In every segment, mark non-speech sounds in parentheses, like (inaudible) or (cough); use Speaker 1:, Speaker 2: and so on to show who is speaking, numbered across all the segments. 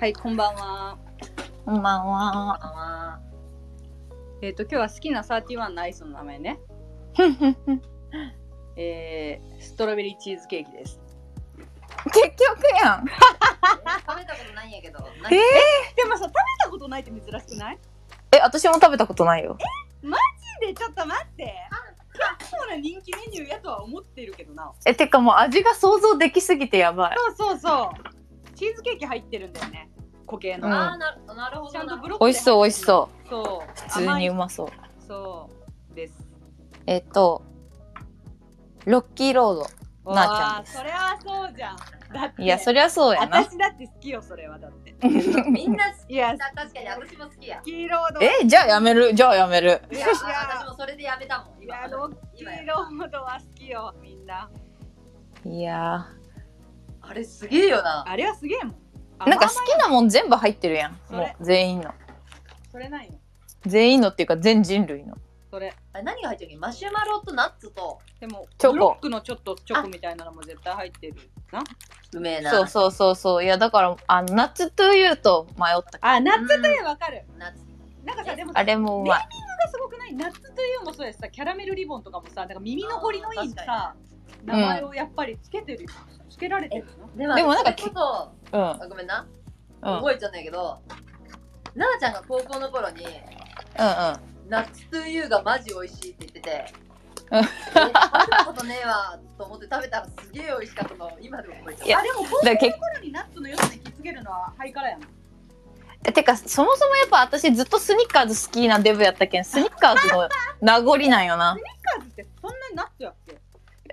Speaker 1: はい、こんばんは。
Speaker 2: こんばんは。
Speaker 1: えっ、と、今日は好きなサーティワンのアイスの名前ね。
Speaker 2: 結
Speaker 1: えー、ストロベリーチーズケーキです。
Speaker 2: 局やん。
Speaker 3: 食べたことないんやけど。
Speaker 2: えー
Speaker 1: でもさ、食べたことないって珍しくない
Speaker 2: え、私も食べたことないよ。
Speaker 1: で、ちょっと待って。結構な人気メニューやとは思ってるけどな。
Speaker 2: え、てかもう味が想像できすぎてやばい。
Speaker 1: そうそうそう。チーズケーキ入ってるんだよね。固形の。
Speaker 2: うん
Speaker 3: あーなるなるほどな。
Speaker 1: ちゃんとブロッコ
Speaker 2: 美
Speaker 1: リー。
Speaker 2: 味しそう、美味しそう
Speaker 1: そう。
Speaker 2: う。普通
Speaker 1: 甘
Speaker 2: に
Speaker 1: いう
Speaker 2: まそう。
Speaker 1: そう。です。
Speaker 2: えっと、ロッキーローなあち
Speaker 1: わー
Speaker 2: ゃん
Speaker 1: それはそうじゃん。だって。
Speaker 2: ド。いや、そりゃそうやな。
Speaker 1: 私だって好きよ、それはだって。
Speaker 3: みんな好き
Speaker 1: いや、
Speaker 3: だ。確かに私も好きや。
Speaker 1: 黄色の。
Speaker 2: え、じゃあやめる、じゃあやめる。
Speaker 3: いや、
Speaker 1: いや
Speaker 3: 私もそれでやめたもん。
Speaker 1: い
Speaker 3: 今
Speaker 1: や、ロッキーロードは好きよ、みんな。
Speaker 2: いや
Speaker 3: あれすげえよな。
Speaker 1: あれはすげえもん。
Speaker 2: ー、なんか
Speaker 1: あ
Speaker 2: 好きなもん全部入ってるやん。
Speaker 1: それ
Speaker 2: もう全員の。
Speaker 1: それないよ。
Speaker 2: 全員のっていうか全人類の。
Speaker 1: それ。
Speaker 3: あれ何が入ってるっけマシュマロとナッツと
Speaker 1: でも、
Speaker 2: チョコ
Speaker 1: ブロックのちょっとチョコみたいなのも絶対入ってる。な
Speaker 3: うめえな。
Speaker 2: そうそうそうそう。いや、だから、あの、夏というと迷った。
Speaker 1: あ、ナ
Speaker 3: う
Speaker 1: ッ
Speaker 3: ん。
Speaker 1: ツというわかる。
Speaker 3: ナッツ。
Speaker 1: なんかさ、でもさ、
Speaker 2: あれもうまい。
Speaker 1: がすごくないナッツというもそうやしさ、キャラメルリボンとかもさ、なんか耳残りのいいさ、
Speaker 2: か
Speaker 1: 名
Speaker 2: に
Speaker 1: 前をやっぱりつけてるよ。つけられてるの
Speaker 3: でも
Speaker 2: でもなんか
Speaker 3: ちょっと
Speaker 2: うん。うん。
Speaker 3: あごめんな。
Speaker 2: うん
Speaker 3: 覚えちゃうんだけど、奈々ちゃんが高校の頃
Speaker 2: う
Speaker 3: にナッツトゥーユーがマジ美味しいって言ってて。
Speaker 2: うん
Speaker 3: え食べたことねえわと思って食べたらすげえ美味しかったのを今でも覚え
Speaker 2: い
Speaker 3: て
Speaker 2: や
Speaker 3: る
Speaker 1: あ、でも、
Speaker 2: ん。だけ
Speaker 1: コロにナッツの良さできつけるのはハイカラやな。
Speaker 2: てかそもそもやっぱ私ずっとスニッカーズ好きなデブやったけんスニッカーズの名残なんよな
Speaker 1: スニッカーズってそんなにナッツやっけ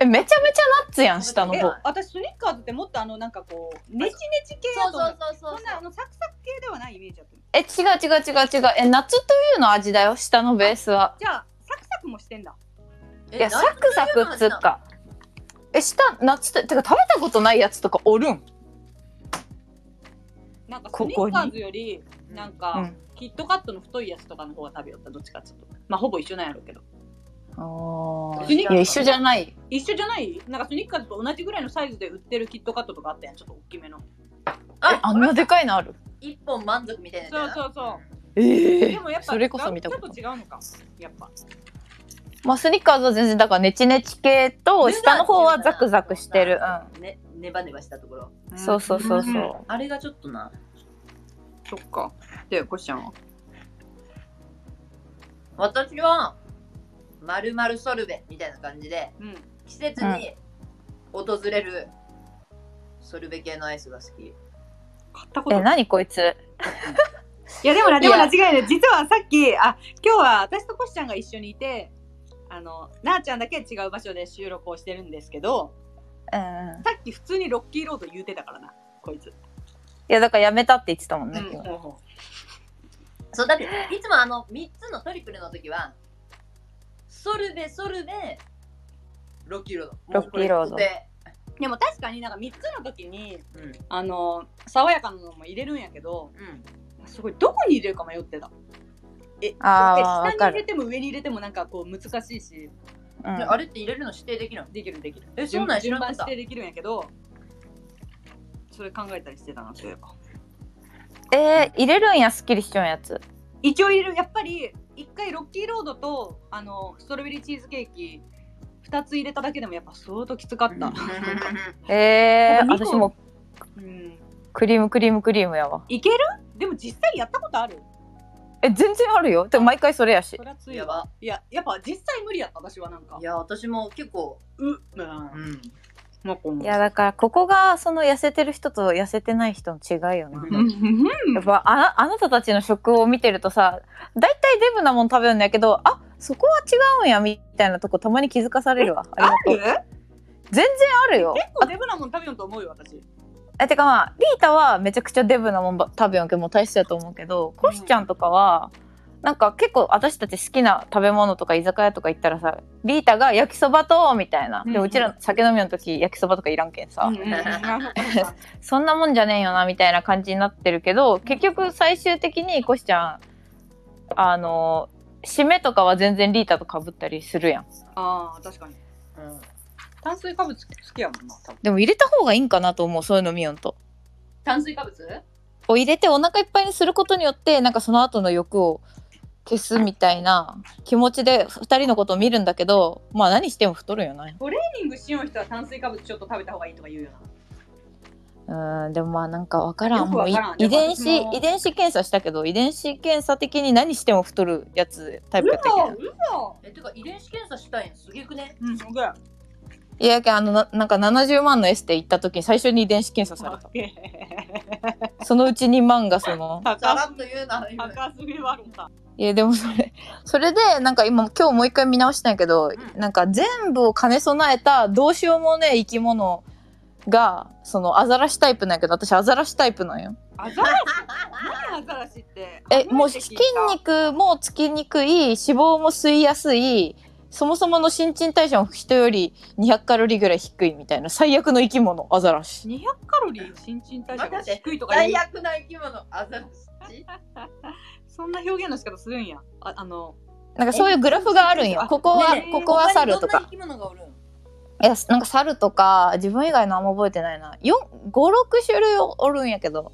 Speaker 2: えめちゃめちゃナッツやん下の
Speaker 1: え
Speaker 2: 方、
Speaker 1: 私スニッカーズってもっとあの、なんかこう、ネチネチ系
Speaker 3: そ
Speaker 1: や
Speaker 3: う
Speaker 1: と思
Speaker 3: そう
Speaker 1: う。
Speaker 3: そうそう
Speaker 1: そんなあのサクサク系ではないイメージだった。
Speaker 2: え違う違う違う違うえ夏というの味だよ下のベースは
Speaker 1: じゃあ、サクサクもしてんだ。
Speaker 3: え
Speaker 2: いや
Speaker 3: ナ
Speaker 2: サ
Speaker 3: ッツ
Speaker 2: クサクっつうかえ下夏とてか食べたことないやつとかおるん
Speaker 1: なんかス
Speaker 2: こ
Speaker 1: ニ
Speaker 2: こに
Speaker 1: ッカーズよりなんか
Speaker 2: うん
Speaker 1: キットカットの太いやつとかの方が食べよったどっちかちょっとまあほぼ一緒なんやろうけど
Speaker 2: あ
Speaker 3: ー
Speaker 2: いや一緒じゃない
Speaker 1: 一緒じゃないなんかスニッカーズと同じぐらいのサイズで売ってるキットカットとかあったやんちょっと大きめの
Speaker 2: えあんなでかいのある
Speaker 3: 一本満足みたいなやつやな
Speaker 1: そうそうそ
Speaker 2: え
Speaker 1: でもやっぱ
Speaker 2: それこそ見たこと
Speaker 1: ちょっと違うのかやっぱ
Speaker 2: まあスニッカーズは全然だからネチネチ系と下の方はザクザクしてる
Speaker 3: ね、ネバネバしたところ。
Speaker 2: うんそうそうそうそう、
Speaker 1: ん
Speaker 3: あれがちょっとな。
Speaker 1: そっかでコシちゃんは
Speaker 3: 私は、まるまるソルベみたいな感じで、
Speaker 1: うん
Speaker 3: 季節に訪れるソルベ系のアイスが好き。
Speaker 1: 買ったこと
Speaker 2: え
Speaker 1: ない
Speaker 2: 何こいつ
Speaker 1: いやでもなでも
Speaker 2: い
Speaker 1: な
Speaker 2: や
Speaker 1: 間違いない実はさっきあ今日は私とコシちゃんが一緒にいてあのなあちゃんだけ違う場所で収録をしてるんですけど
Speaker 2: うん
Speaker 1: さっき普通にロッキーロード言うてたからなこいつ
Speaker 2: いやだからやめたって言ってたもんね、今
Speaker 3: そう、だって、いつもあの、3つのトリプルの時は、ソルベ、ソルベ、ロッキーロード。
Speaker 2: ロッキーロード
Speaker 3: もうこれ
Speaker 1: でも確かになんか3つの時に
Speaker 3: 固定うん。
Speaker 1: あの爽やかなのも入れるんやけど
Speaker 3: うん。
Speaker 1: すごいどこに入れるか迷ってたえ
Speaker 2: あ
Speaker 1: だ
Speaker 2: ー
Speaker 1: って下に入れても上に入れてもなんかこう難しいし
Speaker 2: うん
Speaker 3: であれって入れるの指定できるの
Speaker 1: できるできる
Speaker 3: え、そんなん知
Speaker 1: 順
Speaker 3: らな
Speaker 1: 番
Speaker 3: か
Speaker 1: 指
Speaker 3: った
Speaker 1: 定。できるんやけどそれ考えたりしてたなそういえば
Speaker 2: えー、入れるんやすっきりしちゃうやつ
Speaker 1: 一応入れるやっぱり一回ロッキーロードとあのストロベリーチーズケーキ2つ入れただけでもやっぱ相当きつかった、
Speaker 2: えー、
Speaker 1: なんか二個
Speaker 2: 私もう
Speaker 1: うん、
Speaker 2: クリームクリームクリームやわ
Speaker 1: いけるでも実際にやったことある
Speaker 2: え全然あるよでも毎回それやし
Speaker 1: そりゃつい
Speaker 3: や
Speaker 1: わ
Speaker 3: ば。
Speaker 1: いややっぱ実際無理やった私はなんか
Speaker 3: いや、私も結構、
Speaker 1: ううん
Speaker 3: うん。
Speaker 1: なんかもう
Speaker 2: いやだからここがその痩せてる人と痩せてない人の違いよな、
Speaker 3: うん
Speaker 2: やっぱあなあなたたちの食を見てるとさ大体デブなもん食べるんだけどあそこは違うんやみたいなとこたまに気づかされるわ (laughs) ありが
Speaker 1: あ
Speaker 2: とう
Speaker 1: る結
Speaker 2: 全然あるよ
Speaker 1: 構デブなもん食べようと思うよ私
Speaker 2: えてかまあリータはめちゃくちゃデブなもんば食べよんけどもう大切やと思うけどコシちゃんとかは、なんか結構私たち好きな食べ物とか居酒屋とか行ったらさリータが焼きそばとみたいな、
Speaker 1: うんうん
Speaker 2: でうちら酒飲みの時焼きそばとかいらんけんさ、
Speaker 1: うんうんうんあそっかそっか
Speaker 2: そんなもんじゃねえよなみたいな感じになってるけど結局最終的にコシちゃんあの締めとかは全然リータとかぶったりするやん
Speaker 1: あー確かに
Speaker 3: うん
Speaker 1: 炭水化物好きやもんな多分
Speaker 2: でも入れた方がいいんかなと思うそういうの見よんと
Speaker 3: 炭水化物
Speaker 2: を入れてお腹いっぱいにすることによってなんかその後の欲を消すみたいな気持ちで2人のことを見るんだけどまあ何しても太るんよな
Speaker 1: トレーニングしよう人は炭水化物ちょっと食べた方がいいとか言うよ
Speaker 2: うーんでもまあなんかわから
Speaker 1: よ
Speaker 2: ん
Speaker 1: くわからん
Speaker 2: もう
Speaker 1: で
Speaker 2: い遺
Speaker 1: も
Speaker 2: 伝
Speaker 1: 私
Speaker 2: 子
Speaker 1: も
Speaker 2: 遺伝子検査したけど遺伝子検査的に何しても太るやつタイプ
Speaker 1: な
Speaker 2: やったっけ
Speaker 1: 嘘
Speaker 3: えてか遺伝子検査したいんすげえくね
Speaker 1: うんすごい
Speaker 2: いややけんあのななんか70万のエステ行った時に最初に遺伝子検査され
Speaker 1: 高え
Speaker 2: たそのうち2万がその
Speaker 3: さら
Speaker 1: 高
Speaker 3: っと言うな今
Speaker 1: 高すぎるわろさ
Speaker 2: いやでもそれそれでなんか今今日もう一回見直したんやけど、
Speaker 3: ん
Speaker 2: なんか全部を兼ね備えたどうしようもねえ生き物がそのアザラシタイプなんやけど私アザラシタイプなんよ
Speaker 1: アザラシ何アザラシって
Speaker 2: えもう筋肉もつきにくい脂肪も吸いやすいそもそもの新陳代謝も人より200カロリーぐらい低いみたいな最悪の生き物アザラシ
Speaker 1: 200カロリー新陳代謝が低いとか言う
Speaker 3: 最悪な生き物アザラシ
Speaker 1: そんな表現の仕方するんやああの
Speaker 2: なんかそういうグラフがあるんよ
Speaker 1: え
Speaker 2: ここは
Speaker 3: ねえねえ
Speaker 2: ここは猿と
Speaker 3: 他にどんな
Speaker 2: か
Speaker 3: 生き物がおるん
Speaker 2: いやなんか猿とか自分以外のあんま覚えてないな4 56種類おるんやけど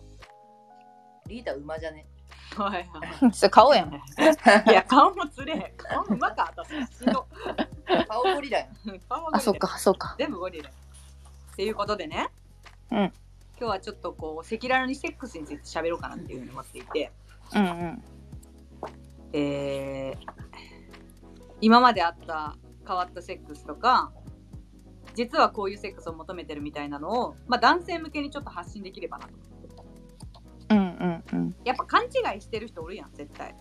Speaker 3: リータ馬じゃね
Speaker 1: はいはい
Speaker 2: それ顔や
Speaker 1: (laughs)
Speaker 2: ん
Speaker 1: いや顔もつれえ顔うまか私しんど
Speaker 3: 顔ゴリラやん
Speaker 1: 顔はゴリラ
Speaker 2: あそっかそっか
Speaker 1: 全部ゴリラっていうことでね
Speaker 2: うん
Speaker 1: 今日はちょっとこう赤裸々にセックスについて喋ろうかなっていうふうに思っていて
Speaker 2: うんうん
Speaker 1: えー今まであった変わったセックスとか実はこういうセックスを求めてるみたいなのを、まあ、男性向けにちょっと発信できればなと
Speaker 2: うんうん
Speaker 1: やっぱ勘違いしてる人おるやん絶対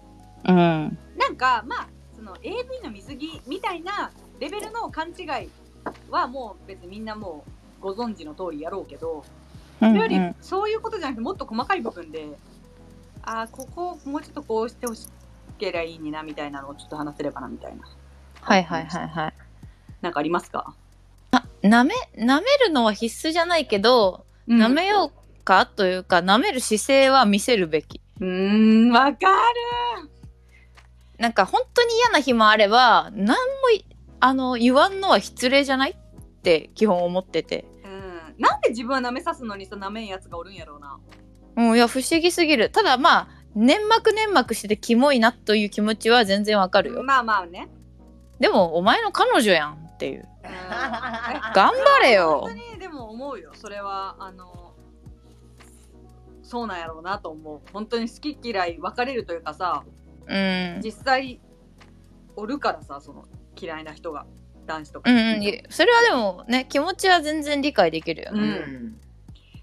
Speaker 2: うんうん
Speaker 1: なんかまあその AV の水着みたいなレベルの勘違いはもう別にみんなもうご存知の通りやろうけど
Speaker 2: うん
Speaker 1: それより
Speaker 2: うん
Speaker 1: そういうことじゃなくてもっと細かい部分でああここをもうちょっとこうしてほしけりゃいいになみたいなのをちょっと話せればなみたいな
Speaker 2: はいはいはいはい
Speaker 1: なんかありますか
Speaker 2: なめなめるのは必須じゃないけど
Speaker 1: な
Speaker 2: 舐めようかというか舐める姿勢は見せるべき
Speaker 1: うーん、わか
Speaker 2: なんか本当に嫌な日もあれば何もいあの言わんのは失礼じゃないって基本思ってて
Speaker 1: る。うん、なんで自分は舐めさすのにさ舐めんやつがおるんやろうな。
Speaker 2: うんいや不思議すぎるただまあ粘膜粘膜しててキモいなという気持ちは全然わかるよ
Speaker 1: まあまあね。
Speaker 2: でもお前の彼女やんっていう
Speaker 1: うん
Speaker 2: 頑張れよ
Speaker 1: 本当にでも思うよ。それはあのそうなんやろうなと思う。本当に好き嫌い分かれるというかさ、
Speaker 2: うん
Speaker 1: 実際おるからさ、その嫌いな人が男子とか。
Speaker 2: うんうんいそれはでもね気持ちは全然理解できるよね、
Speaker 1: うん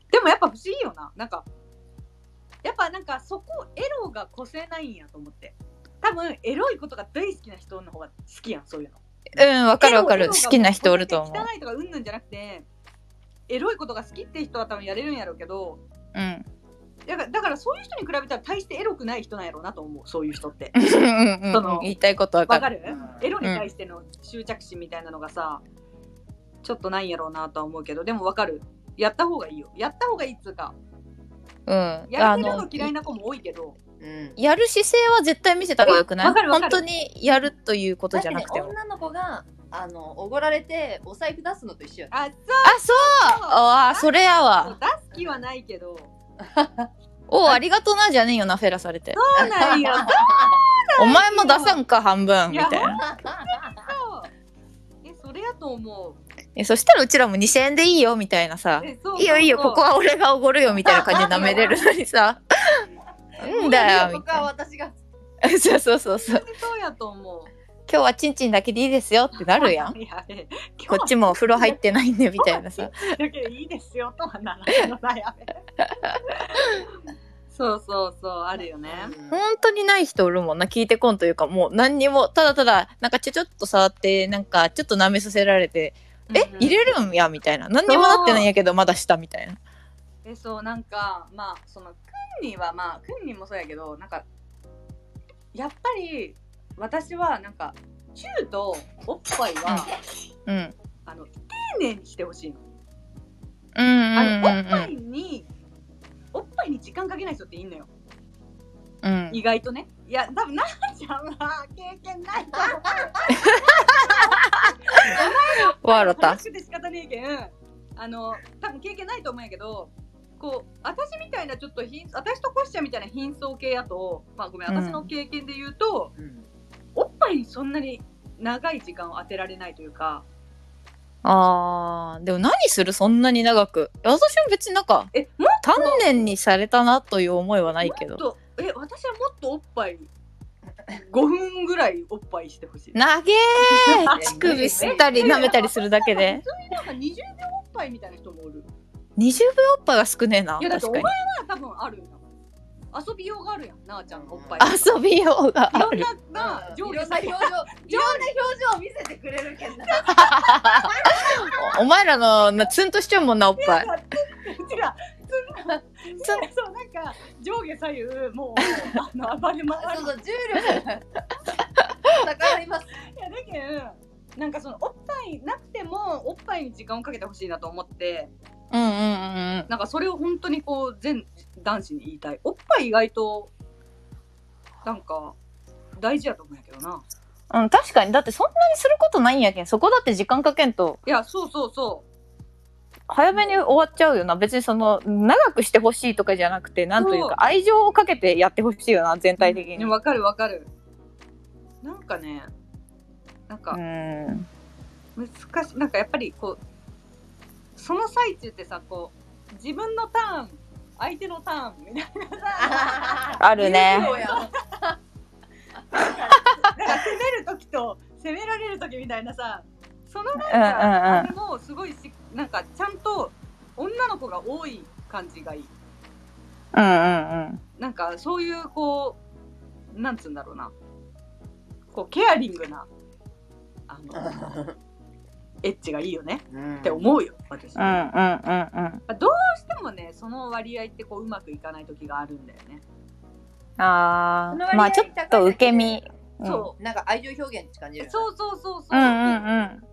Speaker 1: でもやっぱ不思議よな。なんかやっぱなんかそこエロが越せないんやと思って。多分エロいことが大好きな人の方が好きやんそういうの。
Speaker 2: うんわかるわか
Speaker 1: エ
Speaker 2: る
Speaker 1: ロい
Speaker 2: 好
Speaker 1: ことが
Speaker 2: きな人おると思う
Speaker 1: 汚いとかうんぬんじゃなくてエロいことが好きって人は多分やれるんやろうけど
Speaker 2: うん
Speaker 1: だからだからそういう人に比べたら大してエロくない人なんやろうなと思うそういう人って
Speaker 2: うんうんうん
Speaker 1: その
Speaker 2: 言いたいことわか
Speaker 1: わ
Speaker 2: る
Speaker 1: かる
Speaker 3: うん
Speaker 1: エロに対しての執着心みたいなのがさちょっとないんやろうなとは思うけどでもわかるやった方がいいよやった方がいいっつうか
Speaker 2: うん
Speaker 1: や
Speaker 2: あ
Speaker 1: ってる
Speaker 2: の
Speaker 1: の嫌いな子も多いけど
Speaker 3: うん
Speaker 2: やる姿勢は絶対見せた方がよくない
Speaker 1: わかるわか
Speaker 2: 本
Speaker 1: る
Speaker 2: 当にやるということ
Speaker 3: だっ
Speaker 2: じ
Speaker 3: て
Speaker 2: ゃな
Speaker 3: ね
Speaker 2: くても。
Speaker 3: 女の子があのおごられてお財布出すのと一緒や
Speaker 1: あそう
Speaker 2: あ、そうああ、それやわ。
Speaker 1: 出す気はないけど
Speaker 2: おうありがとうなじゃねえよな、フェラされて。
Speaker 1: そうなん
Speaker 2: (laughs)
Speaker 1: よ
Speaker 2: お前も出さんか、半
Speaker 1: い
Speaker 2: 分。み
Speaker 1: や
Speaker 2: たいな。
Speaker 1: そうえそれやと思う
Speaker 2: えそしたらうちらも2000円でいいよ、みたいなさ。
Speaker 1: えそう
Speaker 2: いいよいいよ、ここは俺がおごるよ、みたいな感じで舐めれるの
Speaker 1: (laughs)
Speaker 2: にさ。なんだよ、み
Speaker 3: ここは
Speaker 2: た
Speaker 3: 私が
Speaker 2: いな。そうそうそうそう。
Speaker 1: そうやと思う
Speaker 2: 今日はチンチンだけでいいですよってなるや
Speaker 1: (laughs)
Speaker 2: ん。
Speaker 1: いやえ
Speaker 2: こっちもお風呂入ってないんで、みたいな
Speaker 1: (laughs)
Speaker 2: さ。
Speaker 1: だけどいいですよとはならないやべそうそうそうあるよね
Speaker 3: うん
Speaker 2: 本当にない人おるもんな聞いてこんというかもう何にもただただなんかちょちょっと触ってなんかちょっと舐めさせられて「え入れるんや」みたいな何にもなってないんやけどまだしたみたいな
Speaker 1: えそうなんかまあそのクンニはまあクンニもそうやけどなんかやっぱり私はなんかチューとおっぱいは、
Speaker 2: うん
Speaker 1: あの丁寧にしてほしいの,、
Speaker 2: うんうん
Speaker 1: あ
Speaker 2: う
Speaker 1: のおっ
Speaker 2: んう
Speaker 1: ぱい
Speaker 2: ん
Speaker 1: におっぱいに時間かけない人っていいのよ
Speaker 2: うん
Speaker 1: 意外とねいや多分なあちゃんは経験ないと思う
Speaker 2: わろた
Speaker 1: 楽しくて仕方ねえけんあの多分経験ないと思うんやけどこう私みたいなちょっと貧私とコシちゃんみたいな貧相系やとまあごめん
Speaker 2: うん
Speaker 1: 私の経験で言うと、
Speaker 3: うん
Speaker 1: おっぱいにそんなに長い時間を当てられないというか
Speaker 2: あーでも何するそんなに長く私も別になんか
Speaker 1: えもっ
Speaker 2: 丹念にされたなという思いはないけど
Speaker 1: とえ私はもっとおっぱい5分ぐらいおっぱいしてほしい。
Speaker 2: 長え
Speaker 1: (laughs)
Speaker 2: ー乳首吸ったり舐めたりするだけで
Speaker 1: 普通になんか20秒おっぱいみたいな人もおる。
Speaker 2: 20秒おっぱいは少ねえない
Speaker 1: やだってお
Speaker 2: 確か
Speaker 1: 前
Speaker 2: に
Speaker 1: は多分あるよな。遊びようがあるやんなあちゃんのおっぱい。
Speaker 2: 遊びようが
Speaker 1: いろ
Speaker 2: あ
Speaker 1: ん
Speaker 2: る
Speaker 1: なな上
Speaker 3: い
Speaker 1: 下
Speaker 3: ろんな
Speaker 1: 左右
Speaker 3: 表情いろんな表情を見せてくれるけどな
Speaker 2: お前らのなツンとしちゃうもんなおっぱい
Speaker 1: 違う
Speaker 2: ツン
Speaker 1: そうなんか上下左右もうあの暴れま
Speaker 3: そう
Speaker 1: る
Speaker 3: そう重力が高まります
Speaker 1: いやだけどなんかそのおっぱいなくてもおっぱいに時間をかけてほしいなと思って
Speaker 2: うんうんうんうん
Speaker 1: なんかそれを本当にこう全男子に言いたいおっぱい意外となんか大事やと思うんやけどな
Speaker 2: うん、確かに。だってそんなにすることないんやけん。そこだって時間かけんと、
Speaker 1: いやそうそうそう
Speaker 2: 早めに終わっちゃうよな。別にその、長くしてほしいとかじゃなくて、なんという
Speaker 1: そう
Speaker 2: か、愛情をかけてやってほしいよな、全体的に。
Speaker 1: ね
Speaker 2: う
Speaker 1: わかるわかるなんかねなんか
Speaker 2: ん。
Speaker 1: 難しいなんかやっぱりこうその最中ってさこう自分のターン相手のターンみたいな
Speaker 2: ある (laughs) ね。
Speaker 3: そうや (laughs) もん
Speaker 1: なんか攻める時と攻められる時みたいなさそのなんか
Speaker 2: うんうんうん
Speaker 1: あれもすごいしなんかちゃんと女の子が多い感じがいい
Speaker 2: うんうんうん。
Speaker 1: なんかそういうこうなんつうんだろうなこうケアリングなあのエッチがいいよねって思うよ私、
Speaker 2: うんうんうんうん。
Speaker 1: どうしてもねその割合ってこううまくいかない時があるんだよね、
Speaker 2: あ
Speaker 3: その
Speaker 2: ー。
Speaker 3: 割合
Speaker 2: まあちょっと受け身。
Speaker 1: そ
Speaker 3: なんか愛情表現って感じ
Speaker 1: う
Speaker 3: るよね
Speaker 1: そうそうそうそう
Speaker 2: うん。うんうんうん。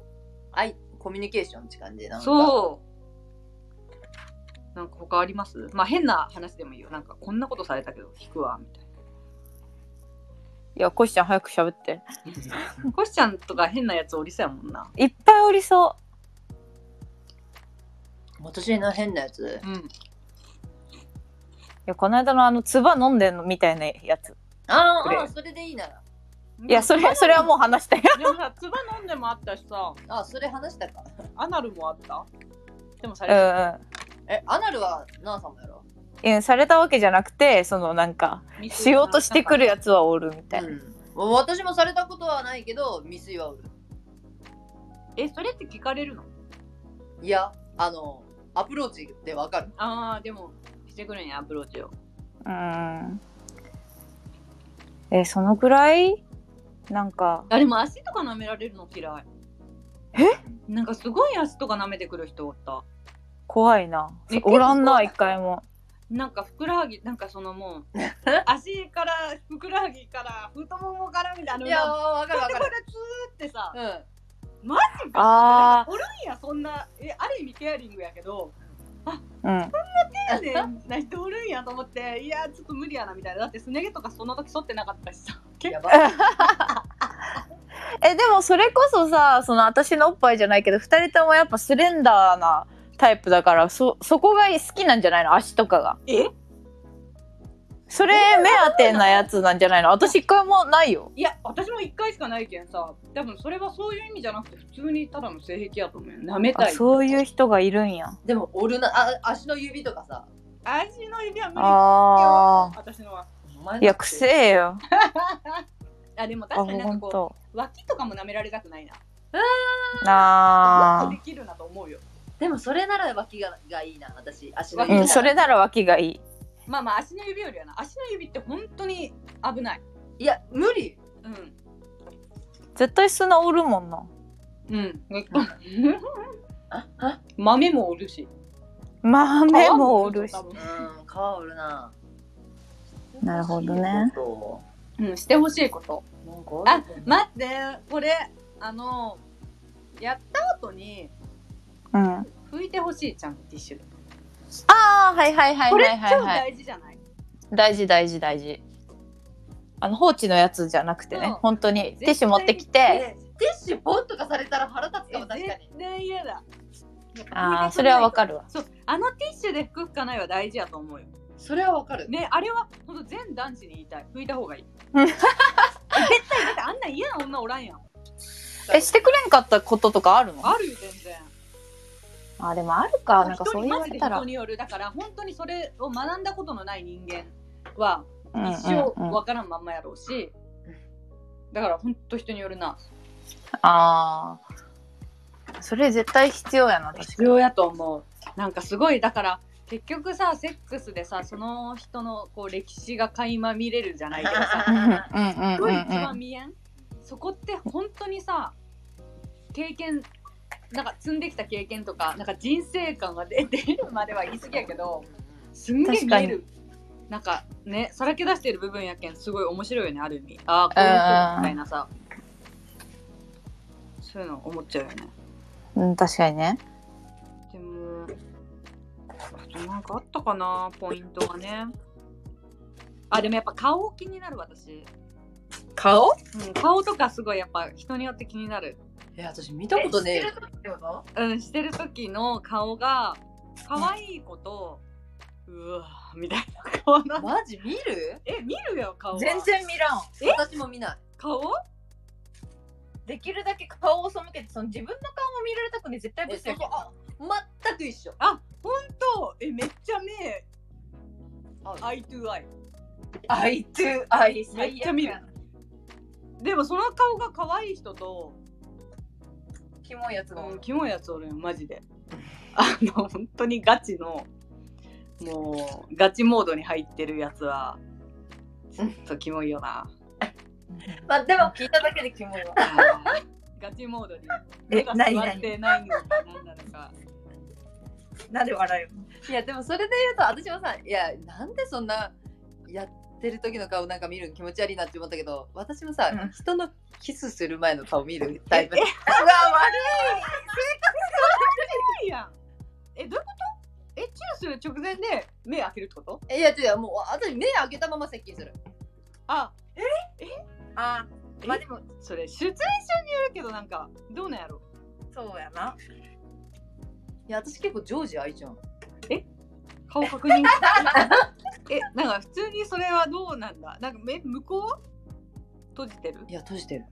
Speaker 3: 愛コミュニケーションって感じなんか
Speaker 1: そう。なんか他ありますまあ変な話でもいいよ。なんかこんなことされたけど聞くわ、みたい
Speaker 2: いや、コシちゃん早く喋って。 (laughs)
Speaker 1: な。コシちゃんとか変なやつおりそうやもんな。
Speaker 2: いっぱいおりそ
Speaker 3: 私の変なやつ
Speaker 1: うん。
Speaker 2: う。いや、この間のあの、唾飲んでんのみたいなやつ。
Speaker 3: あ
Speaker 2: こ
Speaker 3: ー
Speaker 2: れ
Speaker 3: あーそれでいいなら
Speaker 2: いや、それ、それはもう話 (laughs) したよ。
Speaker 1: でもさ、つば飲んでもあったしさ、
Speaker 3: あーそれ話したか
Speaker 1: アナルもあったでもさ
Speaker 2: う
Speaker 1: れ
Speaker 2: んうん。
Speaker 3: えアナルはナーさんもやろ
Speaker 2: うん、されたわけじゃなくて、そのなんか、しようとしてくるや
Speaker 1: つ。
Speaker 2: つはおるみたいな。
Speaker 3: うん私もされたことはないけど未遂はおる
Speaker 1: え、それって聞かれるの
Speaker 3: いやあのアプローチでわかる
Speaker 1: ああ、でも、してくるんや、アプローチを。
Speaker 2: うん。え、そのぐらいなんか、
Speaker 1: あ、でも足とか舐められるの嫌い。えなんかすごい足とか舐めてくる人おった。
Speaker 2: 怖いな
Speaker 1: ね。
Speaker 2: おらんな、一
Speaker 1: 結構
Speaker 2: 回も。
Speaker 1: なんかふくらはぎなんかそのもう足からふくらはぎから太ももからみたいない
Speaker 3: やーわ
Speaker 1: こう
Speaker 3: か
Speaker 1: や
Speaker 3: る
Speaker 1: っ
Speaker 3: わ
Speaker 1: て
Speaker 3: か
Speaker 1: これ
Speaker 3: る
Speaker 1: ツーってさ
Speaker 3: う
Speaker 2: (laughs)
Speaker 3: ん
Speaker 2: あ
Speaker 1: おるんやそんなえある意味ケアリングやけど
Speaker 2: あ、うん。
Speaker 1: 丁寧な人おるんやと思っていやーちょっと無理やなみたいなだってすね毛とかその時剃ってなかったしさ結
Speaker 3: や
Speaker 1: 構
Speaker 3: ばい
Speaker 2: え、でもそれこそさ、その私のおっぱいじゃないけど、二人ともやっぱスレンダーなタイプだから、そ、そこが好きなんじゃないの足とかが。
Speaker 1: え
Speaker 2: それ目当てなやつなんじゃないの私一回もないよ。
Speaker 1: いや私も1回しかないけんさ多分それはそういう意味じゃなくて普通にただの性癖やと思うよ舐めた
Speaker 2: あ
Speaker 1: い
Speaker 2: そういう人がいるんや。
Speaker 3: でもおるなあ足の指とかさ
Speaker 1: 足の指は無理
Speaker 2: ああ。
Speaker 1: 私のは
Speaker 3: お前の
Speaker 2: いや、くせえ (laughs) よ。
Speaker 1: あでも
Speaker 2: あ、
Speaker 1: 確かにな
Speaker 2: ほ
Speaker 1: ん
Speaker 2: ん。
Speaker 1: かことう脇とかも舐められたくないな
Speaker 2: なあ
Speaker 1: もっと。できるなと思うよ
Speaker 3: でもそれなら脇ががいいな私足の
Speaker 1: う
Speaker 3: 指
Speaker 1: ん
Speaker 2: う
Speaker 3: なら
Speaker 2: ん、それなら脇がいい。
Speaker 1: まあまあ足の指よりはな足の指って本当に危ない
Speaker 3: いや無理
Speaker 1: うん
Speaker 2: 絶対砂おるもんな。
Speaker 1: うん
Speaker 3: ああ
Speaker 1: 豆もおるし
Speaker 2: 豆もおるし
Speaker 1: 皮。もお
Speaker 3: う
Speaker 1: るし
Speaker 3: ん皮おるな
Speaker 2: なるほどね
Speaker 1: 多分うんしてほしいこと
Speaker 3: なんかあ
Speaker 1: あ
Speaker 3: るかな
Speaker 1: 待ってこれあのやった後に
Speaker 2: うん。あ
Speaker 1: 拭いてほしいちゃんとティッシュで
Speaker 2: あー、はいはいはい
Speaker 1: これ
Speaker 2: はいはい、
Speaker 1: 超
Speaker 2: はい。
Speaker 1: 大事じゃない
Speaker 2: 大事大事大事。あの放置のやつじゃなくてね、
Speaker 1: そう
Speaker 2: 本当にティッシュ持ってきて、
Speaker 3: えティッシュポンとかされたら腹立つかも確かに
Speaker 1: 絶対嫌だ
Speaker 2: ああ、それはわか
Speaker 1: る
Speaker 2: るわ。
Speaker 1: そうあのティッシュで服拭かないは大事やと思うよ。
Speaker 3: それはわかる。
Speaker 1: ね、あれはほんと全男子に言いたい。拭いた方がい
Speaker 2: (laughs)
Speaker 1: い。絶対だってあんなん嫌な女おらんやん。
Speaker 2: えしてくれんかったこととかあるの
Speaker 1: あるよ全然。
Speaker 2: あでもあるかなんか
Speaker 1: 人
Speaker 2: そう
Speaker 1: に
Speaker 2: 言
Speaker 1: マ
Speaker 2: わ
Speaker 1: ジ
Speaker 2: れ
Speaker 1: で
Speaker 2: たら
Speaker 1: 人によるだから本当にそれを学んだことのない人間は
Speaker 2: うんうんうん
Speaker 1: 一生わからんまんまやろうし、だから本当人によるな
Speaker 2: ああそれ絶対必要やな確か
Speaker 1: 必要やと思うなんかすごいだから結局さセックスでさその人のこう歴史が垣間見れるじゃないけどさ
Speaker 2: にうんうん
Speaker 1: す
Speaker 2: う
Speaker 1: ご
Speaker 2: んう
Speaker 1: い
Speaker 2: ん
Speaker 1: 一番見えんそこって本当にさ経験なんか積んできた経験とかなんか人生観が出てるまでは言い過ぎやけどすんげえ見えるなんかねさらけ出してる部分やけんすごい面白いよねある意味ああこういうことみたいなさそういうの思っちゃうよね
Speaker 2: うん、うん、確かにね
Speaker 1: でもあとなんかあったかなポイントがねあでもやっぱ顔気になる私、
Speaker 3: 顔
Speaker 1: うん、顔とかすごいやっぱ人によって気になる
Speaker 3: いや、私見たことねえよ。
Speaker 1: うん、してる時の顔が可愛い子と、うわみたいな顔なの。
Speaker 3: マジ見る
Speaker 1: (laughs) え、見るよ、顔は。
Speaker 2: 然見らん
Speaker 3: 私も見ない。
Speaker 1: 顔
Speaker 2: できるだけ顔を背けてその自分の顔も見られたくね絶対
Speaker 3: え、そう
Speaker 2: や
Speaker 3: そう。あ、全く一緒。
Speaker 1: あ、ほんとえ、めっちゃ目、
Speaker 3: あ、
Speaker 1: アイトゥアイ。
Speaker 2: アイトゥアイ
Speaker 1: めっちゃ見るでもその顔が可愛い人と、
Speaker 2: キモいやつ
Speaker 1: うん、キモいやつおるよ、マジで。 (laughs) あの、本当にガチの、もう、ガチモードに入ってるやつは、ちょっとキモいよ (laughs) な。
Speaker 2: まあでも聞いただけでキモいわ
Speaker 1: ガチモードに
Speaker 2: え
Speaker 1: 目が座ってないのか何なのか。
Speaker 2: なんで笑
Speaker 3: いや、でもそれで言うと、私もさ、いや、なんでそんなやってる時の顔なんか見るの気持ち悪いなって思ったけど、私もさ、
Speaker 2: うん
Speaker 3: 人のキスする前の顔見るタイプ。
Speaker 2: うのうわ悪
Speaker 1: いやんえどういうことえチューする直前で目開けるってこと
Speaker 3: いや、違う、もう私目開けたまま接近する。
Speaker 1: あ
Speaker 2: いあーまあでも
Speaker 1: それシチュエーションによるけどなんかどうなんやろ
Speaker 2: そうやない
Speaker 3: や、私結構ジョージ愛ちゃん。
Speaker 1: 顔確認 (laughs) えなんか普通にそれはどうなんだなんか目向こう閉じてる
Speaker 3: いや、閉じてる。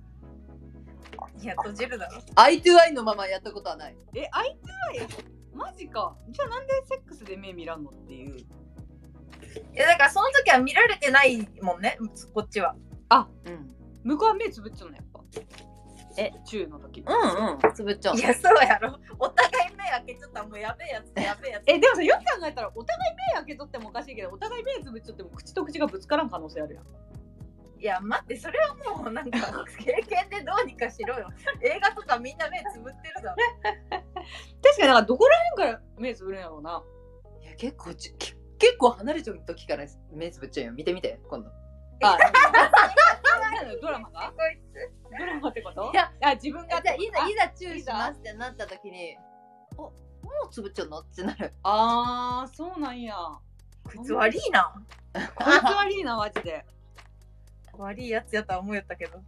Speaker 2: いや閉じるだろ
Speaker 3: アイトゥアイのままやったことはない。
Speaker 1: え開いてないマジかじゃあなんでセックスで目見らんのっていう
Speaker 2: いやだからその時は見られてないもんねこっちは
Speaker 3: うん。
Speaker 1: 向こうは目つぶっちゃうのやっぱ
Speaker 2: え
Speaker 1: チューの時
Speaker 3: うんうん。つぶっちゃう
Speaker 2: い
Speaker 3: の。
Speaker 2: やそうやろお互い目開けちゃったらもうやべえやつやべえやつ
Speaker 1: えでもさよく考えたらお互い目開けとってもおかしいけどお互い目つぶっちゃっても口と口がぶつからん可能性あるやん
Speaker 2: いや待ってそれはもうなんか経験でどうにかしろよ (laughs) 映画とかみんな目つぶってるだろ
Speaker 1: 確かになんかどこら辺から目つぶるんやろうない
Speaker 3: や結構ちけ結構離れちゃう時から目つぶっちゃうよ見てみて今度
Speaker 1: あ、ドラマが
Speaker 2: こい
Speaker 1: ドラマってこと
Speaker 3: いや
Speaker 1: あ自分が
Speaker 3: じゃあいざいざ注
Speaker 1: い
Speaker 3: 意
Speaker 1: い
Speaker 3: し
Speaker 1: ぞ
Speaker 3: ますってなった時におもうつぶっちゃうのってなる
Speaker 1: ああーそうなんや
Speaker 2: つこいつ悪いな
Speaker 1: こいつ悪いなマジで
Speaker 2: 悪いやつやとは思うやったけど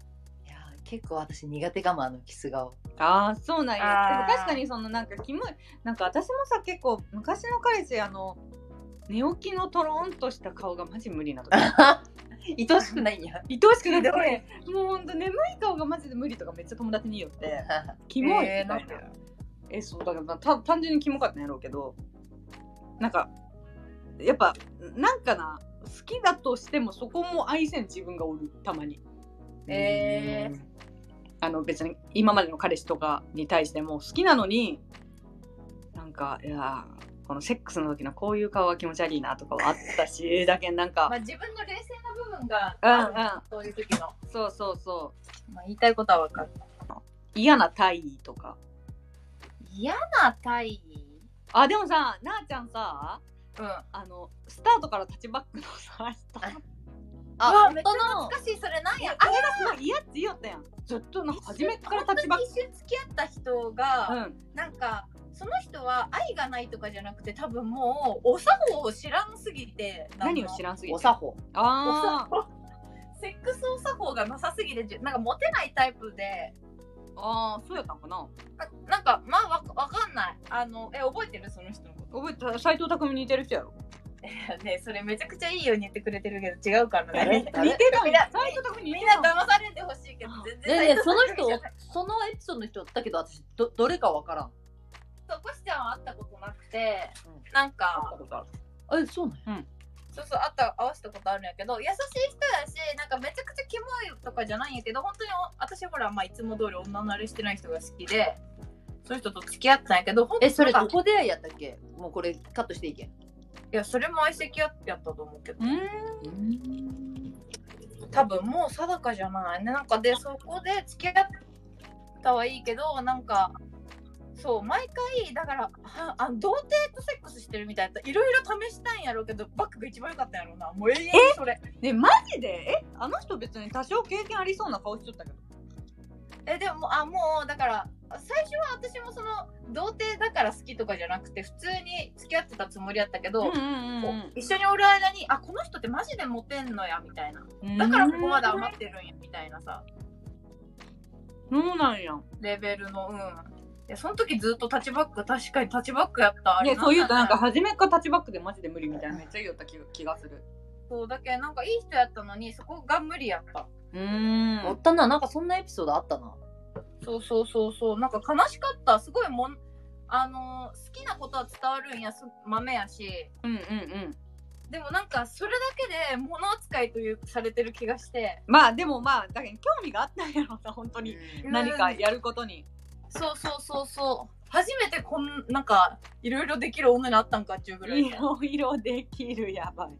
Speaker 3: いや結構私苦手かもあのキ
Speaker 2: (laughs)
Speaker 3: ス顔
Speaker 1: ああそうなんやで
Speaker 2: あ
Speaker 1: も
Speaker 2: ー
Speaker 1: 確かにそのなんかキモいなんか私もさ結構昔の彼氏あの寝起きのトローンとした顔がマジ無理なとか
Speaker 3: 愛しくないんや
Speaker 1: 愛おしくなってもうほんと眠い顔がマジで無理とかめっちゃ友達に言うってキモいみたいな、
Speaker 2: えーなんで
Speaker 1: えそうだからまあた単純にキモかったんやろうけどなんかやっぱなんかな好きだとしてもそこも愛せん自分がおるたまに
Speaker 2: えー
Speaker 1: あの別に今までの彼氏とかに対しても好きなのになんかいやーこのセックスの時のこういう顔は気持ち悪いなとかはあった
Speaker 2: (laughs)
Speaker 1: しだけどなんか、
Speaker 2: まあ、自分の冷静な部分が
Speaker 1: うんうん
Speaker 2: そういう時の、
Speaker 1: そうそうそう
Speaker 2: まあ、言いたいことは分かる
Speaker 1: 嫌な体位とか
Speaker 2: 嫌な体位
Speaker 1: あでもさなあちゃんさ
Speaker 2: うん
Speaker 1: あのスタートからタッチバックのさ人
Speaker 3: あ
Speaker 2: めっちゃ
Speaker 3: 本当の
Speaker 2: 懐かしいそれなん
Speaker 1: いや
Speaker 2: や
Speaker 1: あれがすごい嫌って言おったやんずっとなんか初めから立ちばっ
Speaker 2: 本当に一瞬付き合った人が、
Speaker 1: うん
Speaker 2: なんかその人は愛がないとかじゃなくて多分もうお作法を知らんすぎて
Speaker 1: 何を知らんすぎ
Speaker 3: お
Speaker 1: て
Speaker 3: 作法
Speaker 1: あ
Speaker 2: お作法セックスお作法がなさすぎてじゅなんかモテないタイプで
Speaker 1: ああそうやったんかな
Speaker 2: ななんかまあわかわかんないあのえ覚えてるその人のこ
Speaker 1: 覚えてた斎藤匠に似てる人やろ
Speaker 2: とねそれめちゃくちゃいいように言ってくれてるけど違うからね (laughs)
Speaker 3: あれ
Speaker 1: 似てない
Speaker 2: みんな
Speaker 1: 斎藤匠に似
Speaker 2: みん
Speaker 1: て
Speaker 2: な
Speaker 1: ない
Speaker 2: 騙されてほしいけど全然
Speaker 3: ねえね
Speaker 2: (laughs)
Speaker 3: えその
Speaker 2: 斉藤匠
Speaker 3: 人
Speaker 2: じゃない
Speaker 3: そのエピソードの人だけど私どどれかわからん
Speaker 2: そうコシちゃんは会ったことなくて、
Speaker 3: う
Speaker 2: なんか
Speaker 3: えそうなんや
Speaker 2: そうそう会った会わせたことあるんやけど優しい人やしなんかめちゃくちゃキモいとかじゃないんやけど本当にお私ほら、まあ、いつも通り女慣れしてない人が好きでそういう人と付き合ったんやけどほんと
Speaker 3: えそれ
Speaker 2: なん
Speaker 3: ど
Speaker 2: か
Speaker 3: こ出会いやったっけもうこれカットしていけ
Speaker 2: いやそれも相席やったと思うけど
Speaker 1: うーん
Speaker 2: 多分もう定かじゃないねなんかでそこで付き合ったはいいけどなんかそう毎回だからはあ童貞とセックスしてるみたいないろいろ試したんやろうけどバックが一番良かったんやろうなもう永遠にそれ
Speaker 1: ねマジでえあの人別に多少経験ありそうな顔しとったけど
Speaker 2: えでもあもうだから最初は私もその童貞だから好きとかじゃなくて普通に付き合ってたつもりやったけど、
Speaker 1: ん
Speaker 2: こう一緒におる間にあこの人ってマジでモテんのやみたいな
Speaker 1: うん
Speaker 2: だからここまで余ってるんやみたいなさ
Speaker 1: そうなんやん
Speaker 2: レベルのうんいやその時ずっとタッチバック確かにタッチバックやったあれ
Speaker 1: ねそう言うとなんか
Speaker 2: だ
Speaker 1: 初めっからタッチバックでマジで無理みたいなめっちゃ言おった気が気がする
Speaker 2: そうだけどなんかいい人やったのにそこが無理やった
Speaker 1: うーん
Speaker 3: おったななんかそんなエピソードあったな
Speaker 2: そうそうそうそうなんか悲しかったすごいもんあのー好きなことは伝わるんやす豆やし
Speaker 1: うんうんうん
Speaker 2: でもなんかそれだけで物扱いというされてる気がして
Speaker 1: まあでもまあだけど興味があったんやろうな本当に
Speaker 2: うん
Speaker 1: 何かやることに
Speaker 2: そうそうそうそう初めてこんなんかいろいろできる女になったんかっちゅうぐらい
Speaker 1: いろいろできるやばい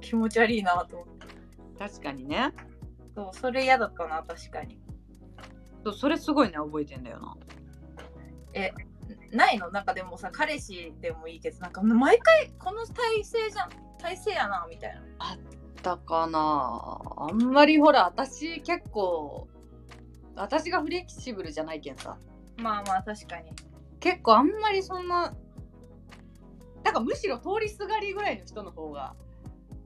Speaker 2: 気持ち悪いなと思って
Speaker 1: 確かにね
Speaker 2: そうそれ嫌だったな確かに
Speaker 1: そうそれすごいね覚えてんだよな
Speaker 2: ないのなんかでもさ彼氏でもいいけどなんか毎回この体勢じゃん体勢やなみたいな
Speaker 1: だかなあんまりほら私結構私がフレキシブルじゃないけんさ
Speaker 2: まあまあ確かに
Speaker 1: 結構あんまりそんななんかむしろ通りすがりぐらいの人の方が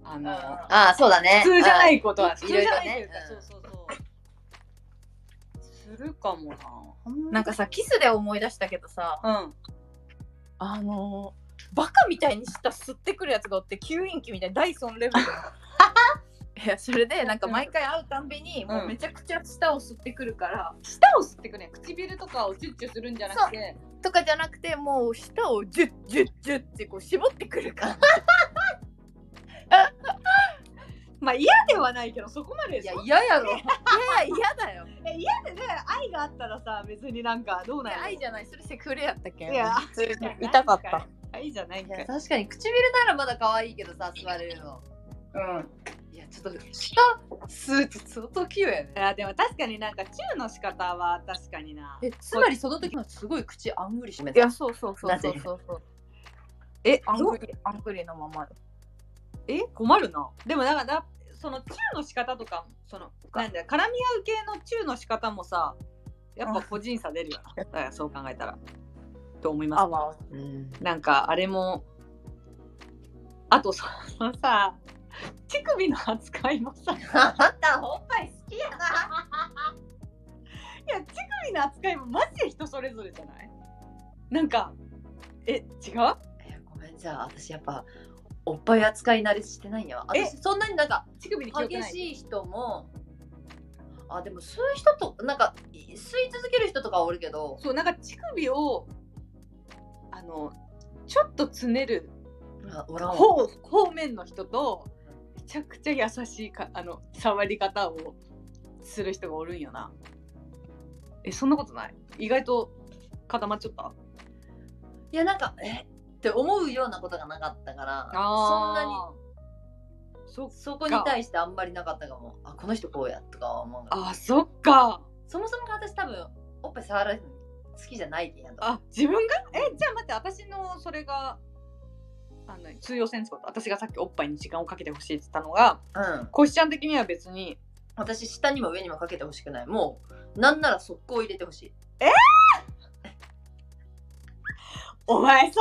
Speaker 1: あの
Speaker 2: あ
Speaker 3: ああそうだね
Speaker 1: 普通じゃないことは
Speaker 3: うん
Speaker 1: 普通じゃないと
Speaker 3: い
Speaker 1: い
Speaker 3: ろ
Speaker 1: う
Speaker 3: い
Speaker 1: か、
Speaker 3: ろね
Speaker 1: そうそうそうするかもなあんま
Speaker 2: なんかさキスで思い出したけどさ
Speaker 1: うん
Speaker 2: あのーバカみたいにした吸ってくるやつがおって吸引器みたいなダイソン (laughs) レベルのいやそれでなんか毎回会うたんびにもうめちゃくちゃ舌を吸ってくるから、
Speaker 1: 舌を吸ってくね唇とかをチュッチュするんじゃなくて
Speaker 2: とかじゃなくてもう舌をジュッジュッジュッってこう絞ってくるから
Speaker 1: まあ嫌ではないけどそこまでで
Speaker 3: い
Speaker 1: し
Speaker 3: や
Speaker 1: ょ
Speaker 3: 嫌やろ
Speaker 2: いや嫌 (laughs) だよ
Speaker 1: え嫌でね愛があったらさ別になんかどう
Speaker 2: い
Speaker 1: なん
Speaker 2: や
Speaker 1: や
Speaker 2: 愛じゃないそれセクレやったけん
Speaker 1: いや
Speaker 2: 普通に痛かった
Speaker 1: 愛じゃないん
Speaker 3: い
Speaker 1: か
Speaker 3: や
Speaker 1: い
Speaker 3: 確かに唇ならまだ可愛いけどさ吸われるの
Speaker 2: うん
Speaker 3: いやちょっと舌吸うって相当器用やね
Speaker 1: いやでも確かになんかチューの仕方は確かにな
Speaker 3: えつまりその時のすごい口あんぐり閉め
Speaker 2: い
Speaker 3: て
Speaker 2: やそうそうそうそうそうそう
Speaker 1: え
Speaker 2: アングリアングリのまま
Speaker 1: え困るなでもなんかだそのチューの仕方とかそのなんだよ絡み合う系のチューの仕方もさやっぱ個人差出るよなだからそう考えたらと思います
Speaker 2: わ
Speaker 3: うん
Speaker 2: (laughs)
Speaker 1: なんかあれもあとそのさ乳首の扱いもさい
Speaker 3: あんたおっぱい好きや (laughs) な
Speaker 1: や乳首の扱いもマジで人それぞれじゃないなんかえ違う
Speaker 3: いやごめんじゃあ私やっぱおっぱい扱い慣れしてないんやわ
Speaker 1: え
Speaker 3: 私そんなになんか
Speaker 1: 乳首に記憶
Speaker 3: 激
Speaker 1: ない
Speaker 3: しい人もあでも吸う人となんか吸い続ける人とかはおるけど
Speaker 1: そうなんか乳首をあのちょっとつねる
Speaker 3: あおらんわ
Speaker 1: 方方面の人とめちゃくちゃ優しいかあの触り方をする人がおるんよなえそんなことない意外と固まっちゃった
Speaker 3: いやなんかえって思うようなことがなかったからそんなに
Speaker 1: にそ
Speaker 3: そこに対してあんまりなかったかもあこの人こうやとかは思うが
Speaker 1: あそっか
Speaker 3: そもそもが私多分おっぱい触られるの好きじゃないけんやと
Speaker 1: あ自分がえじゃあ待って私のそれがあの通用せんってこと私がさっきおっぱいに時間をかけてほしいって言ったのが
Speaker 3: うん
Speaker 1: コシちゃん的には別に
Speaker 3: 私下にも上にもかけてほしくないもうなんなら速攻入れてほしい
Speaker 1: お前そ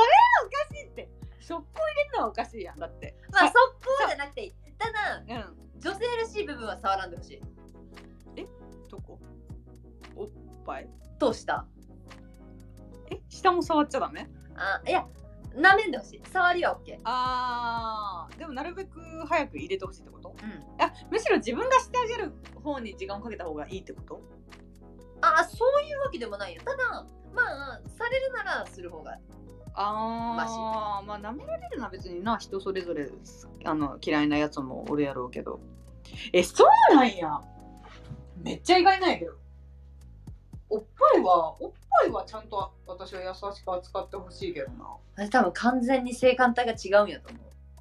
Speaker 1: れはおかしいって速攻入れるのはおかしいやんだって
Speaker 3: まあ
Speaker 1: は
Speaker 3: 速攻じゃなくていいた
Speaker 1: う
Speaker 3: だ
Speaker 1: ん
Speaker 3: 女性らしい部分は触らんでほしい
Speaker 1: どこぱい
Speaker 3: とした
Speaker 1: え下も触っちゃダメ
Speaker 3: あいやなめんでほしい触りは OK
Speaker 1: あーでもなるべく早く入れてほしいってこと
Speaker 3: うん
Speaker 1: あむしろ自分がしてあげる方に時間をかけた方がいいってこと
Speaker 3: あそういうわけでもないよただまあされるならする方が
Speaker 1: ああまあ舐められるのは別にな人それぞれあの嫌いなやつもおるやろうけどえそうなんやめっちゃ意外ないけどおっぱいはおっぱいはちゃんと私は優しく扱ってほしいけどな
Speaker 3: あれ多分完全に性感帯が違うんやと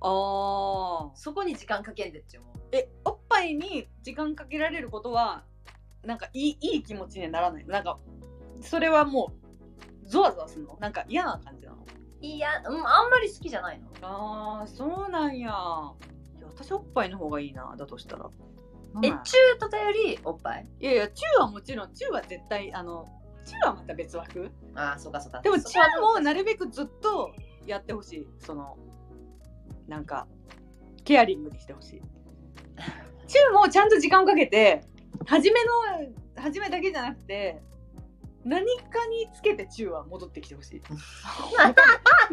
Speaker 3: 思う
Speaker 1: あ
Speaker 3: そこに時間かけんでって思う
Speaker 1: えおっぱいに時間かけられることはなんかいいいい気持ちにはならないなんかそれはもうゾワゾワするのなんか嫌な感じなの
Speaker 3: いや、うん、あんまり好きじゃないの
Speaker 1: あーそうなんやいや私おっぱいの方がいいなだとしたら
Speaker 3: え
Speaker 1: え
Speaker 3: 中とかよりおっぱい
Speaker 1: いやいや中はもちろん中は絶対あの中はまた別枠
Speaker 3: ああそうかそうか
Speaker 1: でも
Speaker 3: そ
Speaker 1: 中
Speaker 3: こは
Speaker 1: もなるべくずっとやってほしいそのなんかケアリングにしてほしい中もちゃんと時間をかけて初めの初めだけじゃなくて何かにつけて中は戻ってきてほ (laughs) しい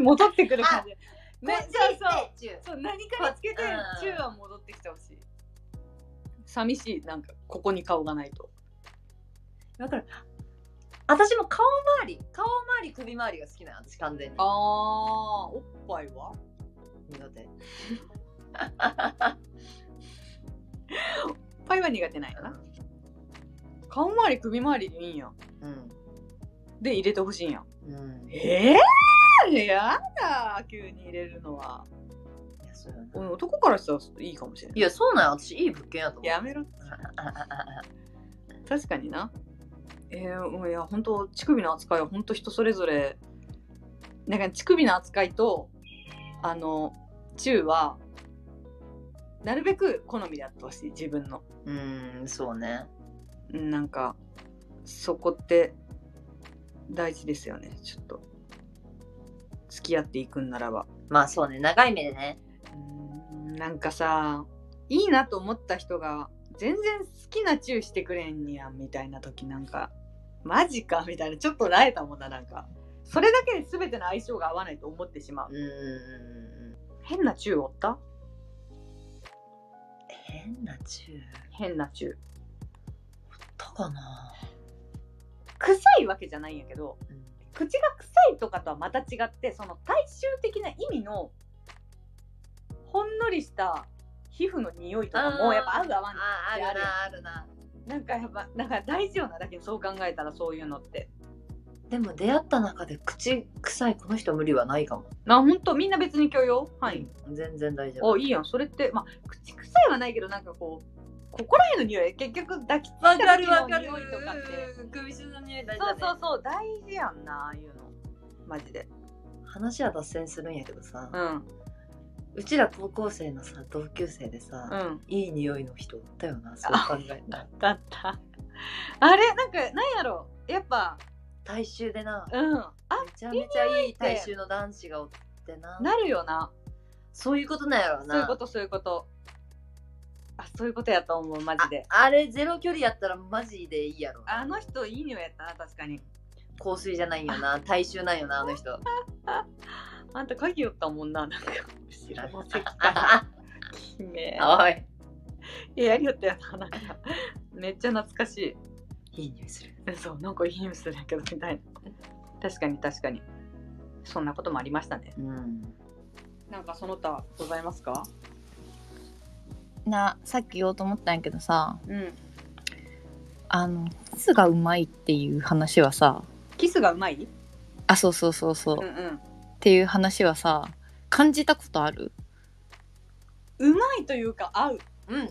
Speaker 1: 戻ってくる感じめ
Speaker 3: め
Speaker 1: っ
Speaker 3: っ
Speaker 1: ち
Speaker 3: ち
Speaker 1: ゃそう
Speaker 3: ゃ中
Speaker 1: そう何かにつけて
Speaker 3: うん
Speaker 1: 中は戻ってきてほしい寂しいなんかここに顔がないと
Speaker 3: だから私も顔周り顔周り首周りが好きなの私完全に
Speaker 1: ああおっぱいは
Speaker 3: 苦手
Speaker 1: おっぱいは苦手ないかな顔周り首周りでいいんや
Speaker 3: うん
Speaker 1: で入れてほしいんや
Speaker 3: うんい
Speaker 1: ええー、やだ急に入れるのは
Speaker 3: やそうよね
Speaker 1: うん男からしたらいいかもしれない
Speaker 3: いやそうなんよ私いい物件やと思う
Speaker 1: やめろ確かになえー、もういや本当乳首の扱いは本当人それぞれなんか乳首の扱いとあの中はなるべく好みであってほしい自分の
Speaker 3: うんそうね
Speaker 1: うんなんかそこって大事ですよねちょっと付き合っていくんならば
Speaker 3: まあそうね長い目でね
Speaker 1: うんなんかさいいなと思った人が全然好きなチューしてくれんやんみたいな時なんかマジかみたいなちょっとなえたもんななんかそれだけで全ての相性が合わないと思ってしまう
Speaker 3: うん
Speaker 1: 変なチューおった
Speaker 3: 変な中
Speaker 1: 変なチュー
Speaker 3: たかな、
Speaker 1: 臭いわけじゃないんやけど口が臭いとかとはまた違ってその大衆的な意味のほんのりした皮膚の匂いとかもやっぱ合う合わない
Speaker 3: あーあるなあるな
Speaker 1: なんかやっぱなんか大事よなだけどそう考えたらそういうのって
Speaker 3: でも出会った中で口臭いこの人無理はないかも
Speaker 1: なほんとみんな別に許容範囲、
Speaker 3: 全然大丈夫
Speaker 1: おいいやんそれってまあ口臭いはないけどなんかこうここら辺の匂い結局抱きついた
Speaker 3: わ
Speaker 1: 時
Speaker 3: か
Speaker 1: の
Speaker 3: るわかる
Speaker 1: 匂いとかって
Speaker 3: 首筋の匂い大事
Speaker 1: そ
Speaker 3: だ
Speaker 1: う
Speaker 3: ね
Speaker 1: そうそう大事やんなああいうのマジで
Speaker 3: 話は脱線するんやけどさ、
Speaker 1: うんうん
Speaker 3: うちら高校生のさ同級生でさ、いい匂いの人だよなそう考えたら
Speaker 1: だったあれなんかなんやろやっぱ
Speaker 3: 大衆でな
Speaker 1: うんあ
Speaker 3: めちゃめちゃいい大衆の男子がおってな
Speaker 1: なるよな
Speaker 3: そういうことなんやろな
Speaker 1: そういうことそういうことあそういうことやと思うマジで
Speaker 3: ああれゼロ距離やったらマジでいいやろ
Speaker 1: あの人いい匂いやったな確かに
Speaker 3: 香水じゃないよ (laughs) な大衆なんよなあの (laughs) 人
Speaker 1: あんた鍵寄ったもんななん (laughs) か後ろの席 (laughs) から
Speaker 3: あ
Speaker 1: きめえ
Speaker 3: おい
Speaker 1: いややりよったやななんかめっちゃ懐かしい
Speaker 3: いい匂いする
Speaker 1: えそうなんかいい匂いするんやけどみたいな確かに確かにそんなこともありましたね
Speaker 3: うん
Speaker 1: なんかその他ございますか
Speaker 2: なさっき言おうと思ったんやけどさ
Speaker 1: うん
Speaker 2: あのキスがうまいっていう話はさ
Speaker 1: キスがうまい
Speaker 2: あそうそうそうそ
Speaker 1: う
Speaker 2: う、
Speaker 1: ん
Speaker 2: っ
Speaker 1: うん
Speaker 2: ていう話はさ感じたことある
Speaker 1: うまいというか合う
Speaker 3: うん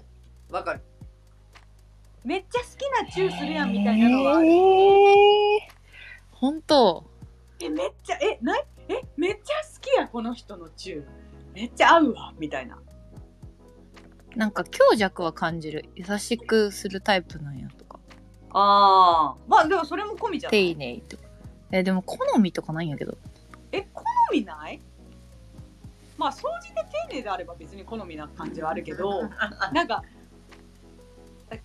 Speaker 3: わかる
Speaker 1: めっちゃ好きなチューするやんみたいなのはある
Speaker 2: えー本当
Speaker 1: えめっちゃえないえめっちゃ好きやこの人のチューめっちゃ合うわみたいな
Speaker 2: なんか強弱は感じる優しくするタイプなんやとか
Speaker 1: あーまあでもそれも込みじゃない
Speaker 2: 丁寧とかえでも好みとかないんやけど
Speaker 1: え好みないまあ掃除で丁寧であれば別に好みな感じはあるけどなんかえ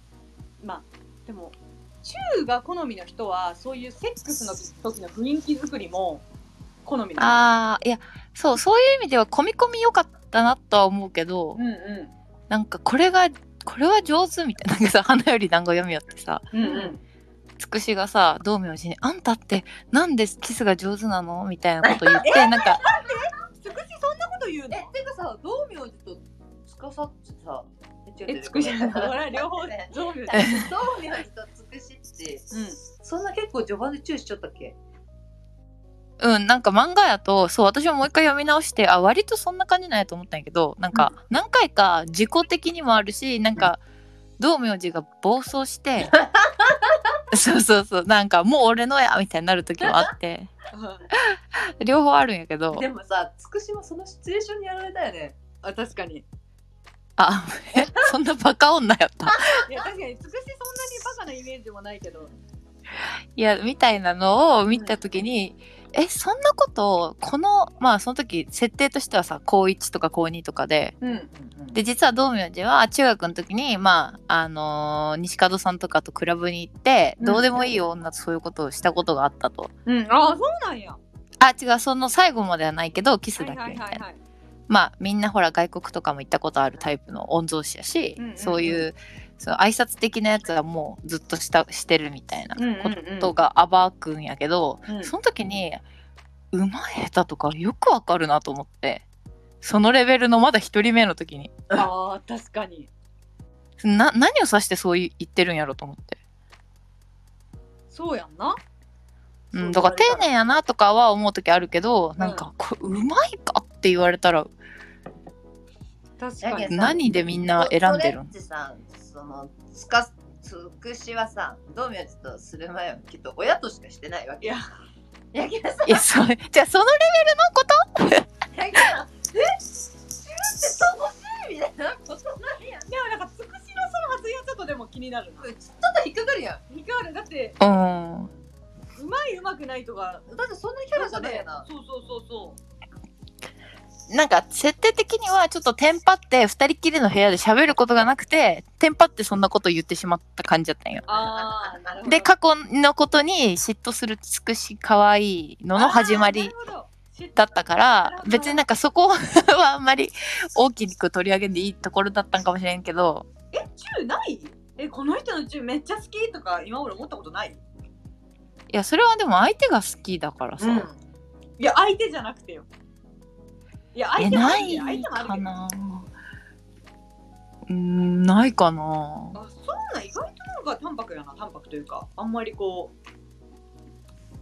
Speaker 1: まあでも中が好みの人はそういうセックスの時の雰囲気作りも好みなの
Speaker 2: あーいやそうそういう意味では込み込み良かったなとは思うけど
Speaker 1: うんう
Speaker 2: なんかこれがこれは上手みたいななんかさ花より団子読みよってさ
Speaker 1: んうんうん
Speaker 2: つくしがさ道明寺に「あんたってなんでキスが上手なの?」みたいなこと言って
Speaker 3: (laughs)
Speaker 2: なんか
Speaker 1: つくしそんなこと言うの
Speaker 3: え、てかさ、道明寺と司ってさ、え
Speaker 1: えつくし
Speaker 3: 違う違う違う
Speaker 1: これは (laughs) 両方
Speaker 3: ご (laughs) めんね
Speaker 1: 上下だ
Speaker 3: 道明寺とつくしって、
Speaker 1: うん
Speaker 3: そんな結構序盤でチューしちゃったっけ
Speaker 2: うんなんか漫画やとそう私ももう一回読み直してあ割とそんな感じなんやと思ったんやけどなんか何回か自己的にもあるしなんか道明寺が暴走して
Speaker 3: (laughs)
Speaker 2: そうそうそうなんかもう俺のやみたいになる時もあって両方あるんやけど
Speaker 3: でもさ、つくしもそのシチュエーションにやられたよね。
Speaker 1: あ確かに
Speaker 2: あそんなバカ女やった
Speaker 1: いや確かにつくしそんなにバカなイメージもないけど
Speaker 2: いやみたいなのを見た時に、えそんなことこのまあその時設定としてはさ高1とか高2とかで
Speaker 1: うん
Speaker 2: で実は道明寺は中学の時にまああのー西門さんとかとクラブに行って、
Speaker 1: うん
Speaker 2: どうでもいい女とそういうことをしたことがあったと
Speaker 1: うんああそうなんや
Speaker 2: あ違うその最後まではないけどキスだけみたいな、
Speaker 1: はい
Speaker 2: まあみんなほら外国とかも行ったことあるタイプの御曹司やし、
Speaker 1: うんうんうん
Speaker 2: そういうその挨拶的なやつはもうずっとしたしてるみたいな
Speaker 1: うんうんうん
Speaker 2: ことが暴くんやけど、
Speaker 1: うん
Speaker 2: その時にうまい下手とかよくわかるなと思ってそのレベルのまだ一人目の時に
Speaker 1: あー確かに
Speaker 2: な何を指してそう言ってるんやろと思って、
Speaker 1: そうやんな
Speaker 2: うん、
Speaker 3: そ
Speaker 2: だ
Speaker 3: う
Speaker 2: から丁寧やなとかは思う時あるけど、なんかこううまいかって言われたら
Speaker 1: 確か
Speaker 3: だ
Speaker 1: に
Speaker 3: けど
Speaker 2: 何でみんな選んでる
Speaker 3: そ
Speaker 2: ん
Speaker 3: れってさ、その、つか、つくしはさ、道明寺とする前はきっと親としかしてないわけ。
Speaker 1: いや、
Speaker 3: やけどさ、
Speaker 2: いやそれ (laughs) じゃあそのレベルのこと
Speaker 3: やけどさ、え、チューって楽しいみたいなことないやん。ち
Speaker 1: でもなんかつくしのその発言はちょっとでも気になるな
Speaker 3: ょっと引っかかるやん。
Speaker 1: いかがだだって
Speaker 2: うん
Speaker 1: うまいうまくないとか
Speaker 3: だってそんなキャラじゃないやな。
Speaker 1: そうそうそうそ
Speaker 2: なんか設定的にはちょっとテンパって二人っきりの部屋で喋ることがなくてテンパってそんなこと言ってしまった感じだったんよ
Speaker 1: うああなるほど
Speaker 2: (laughs) で過去のことに嫉妬するつくしかわいいのの始ま
Speaker 1: あー
Speaker 2: り
Speaker 1: なるほど知
Speaker 2: だったから
Speaker 1: あー
Speaker 2: 別になんかそこはあんまり大きく取り上げんでいいところだったんかもしれんけど
Speaker 1: えチューないえこの人のチューめっちゃ好きとか今俺思ったことない
Speaker 2: いやそれはでも相手が好きだからさ、
Speaker 1: うんいや相手じゃなくてよいや相
Speaker 2: え
Speaker 1: 手もあ
Speaker 2: な
Speaker 1: る
Speaker 2: い
Speaker 1: よ相手もある
Speaker 2: か
Speaker 1: けど
Speaker 2: なうーんないかな
Speaker 1: あそうなん意外となんか淡白やな淡白というかあんまりこ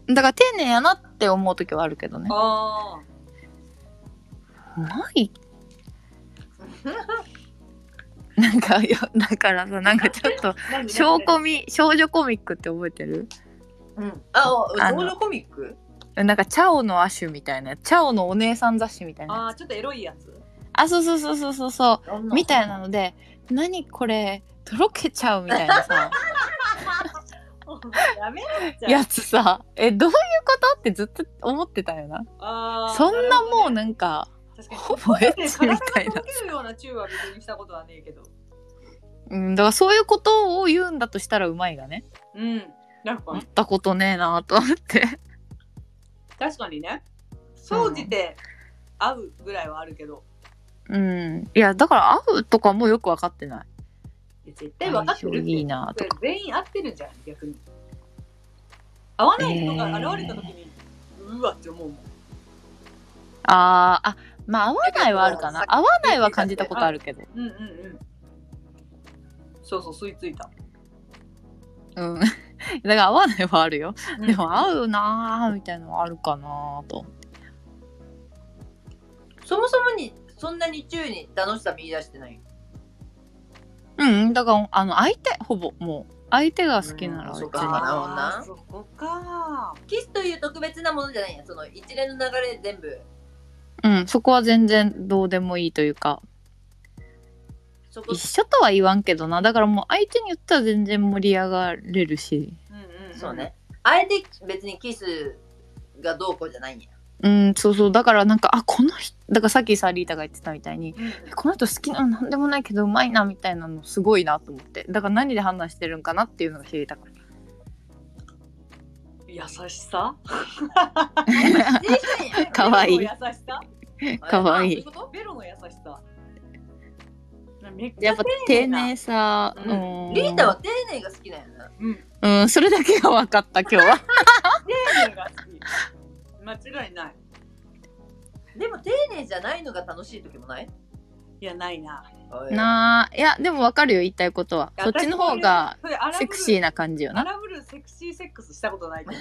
Speaker 1: う
Speaker 2: だから丁寧やなって思う時はあるけどね
Speaker 1: ああ (laughs)
Speaker 2: ないなんかよだからさなんかちょっ
Speaker 1: (laughs)
Speaker 2: と少コミ少女コミックって覚えてる
Speaker 3: うん。あ、お
Speaker 2: あ
Speaker 3: 少
Speaker 2: の
Speaker 3: 女コミック
Speaker 2: なんかチャオの亜種みたいなチャオのお姉さん雑誌みたいな
Speaker 1: あーちょっとエロいやつ
Speaker 2: あそうそうそうそうそうそ
Speaker 3: どん
Speaker 2: うみたいなので何これとろけちゃうみたいな
Speaker 1: (laughs)
Speaker 2: さ
Speaker 1: (laughs) やめろじゃあ
Speaker 2: やつさえどういうことってずっと思ってたよな
Speaker 1: あー
Speaker 2: そんなもう
Speaker 1: る
Speaker 2: なんか
Speaker 1: ほどね確かに
Speaker 2: ほぼエッ
Speaker 1: で
Speaker 2: チみ
Speaker 1: 体
Speaker 2: たい
Speaker 1: が
Speaker 2: な
Speaker 1: 溶けるようなチューは別にしたことはねえけど
Speaker 2: うんだからそういうことを言うんだとしたらうまいがね
Speaker 1: うんなんか
Speaker 2: あったことねえなと思って
Speaker 1: 確かにね総じて合うぐらいはあるけど、
Speaker 2: うんいやだから会うとかもよく分かってない
Speaker 1: いや絶対分かってる
Speaker 2: 相性いいなとか
Speaker 1: 全員合ってるじゃん逆に合わない人が現れた時に、うわって思うもん
Speaker 2: あーあまあ合わないはあるかな
Speaker 3: だけど
Speaker 2: 合わないは感じたことあるけど
Speaker 1: うんうんうんそうそう吸いついた、
Speaker 2: うん (laughs) だから合わないはあるよ
Speaker 1: うん
Speaker 2: でも合うなーみたいなのはあるかなーと
Speaker 3: そもそもにそんなに宙に楽しさ見出してない
Speaker 2: うんだからあの相手ほぼもう相手が好きなら
Speaker 3: うん
Speaker 2: 別
Speaker 3: そう
Speaker 2: に
Speaker 3: かな
Speaker 1: あーそこか
Speaker 3: キスという特別なものじゃないんやその一連の流れ全部
Speaker 2: うんそこは全然どうでもいいというか
Speaker 3: そこ
Speaker 2: 一緒とは言わんけどなだからもう相手に言ったら全然盛り上がれるし
Speaker 1: うんうん、
Speaker 3: そうねあえて別にキスがどうこうじゃないんや
Speaker 2: うんそうそうだからなんかあこの人だからさっきさリータが言ってたみたいに
Speaker 1: うんうん
Speaker 2: この人好きなのなんでも (laughs) ないけどうまいなみたいなのすごいなと思ってだから何で判断してるんかなっていうのが知りたくて
Speaker 1: 優しさ
Speaker 2: (laughs) かわいい
Speaker 1: ベロの優しさ
Speaker 2: かわいい
Speaker 3: あそううこと
Speaker 1: ベロの優しさなめっち
Speaker 2: や
Speaker 1: ゃ
Speaker 2: っぱ
Speaker 1: 丁
Speaker 2: 丁
Speaker 1: 寧
Speaker 2: 寧
Speaker 1: な
Speaker 2: さ、
Speaker 1: う
Speaker 2: うんん、
Speaker 3: リータは丁寧が好きなんやな。
Speaker 1: うん丁
Speaker 2: うん、それだけが分かった今日は。
Speaker 1: 寧が好き間違いない
Speaker 3: でも丁寧じゃないのが楽しい時もない
Speaker 1: いやないな
Speaker 2: (laughs) なあ、いや、でも分かるよ、言いたいことは。そっちの方がセクシー
Speaker 1: な
Speaker 2: な感じよ
Speaker 1: ア
Speaker 2: な。
Speaker 1: ラブルセクシーセックスしたことないけど
Speaker 2: (laughs)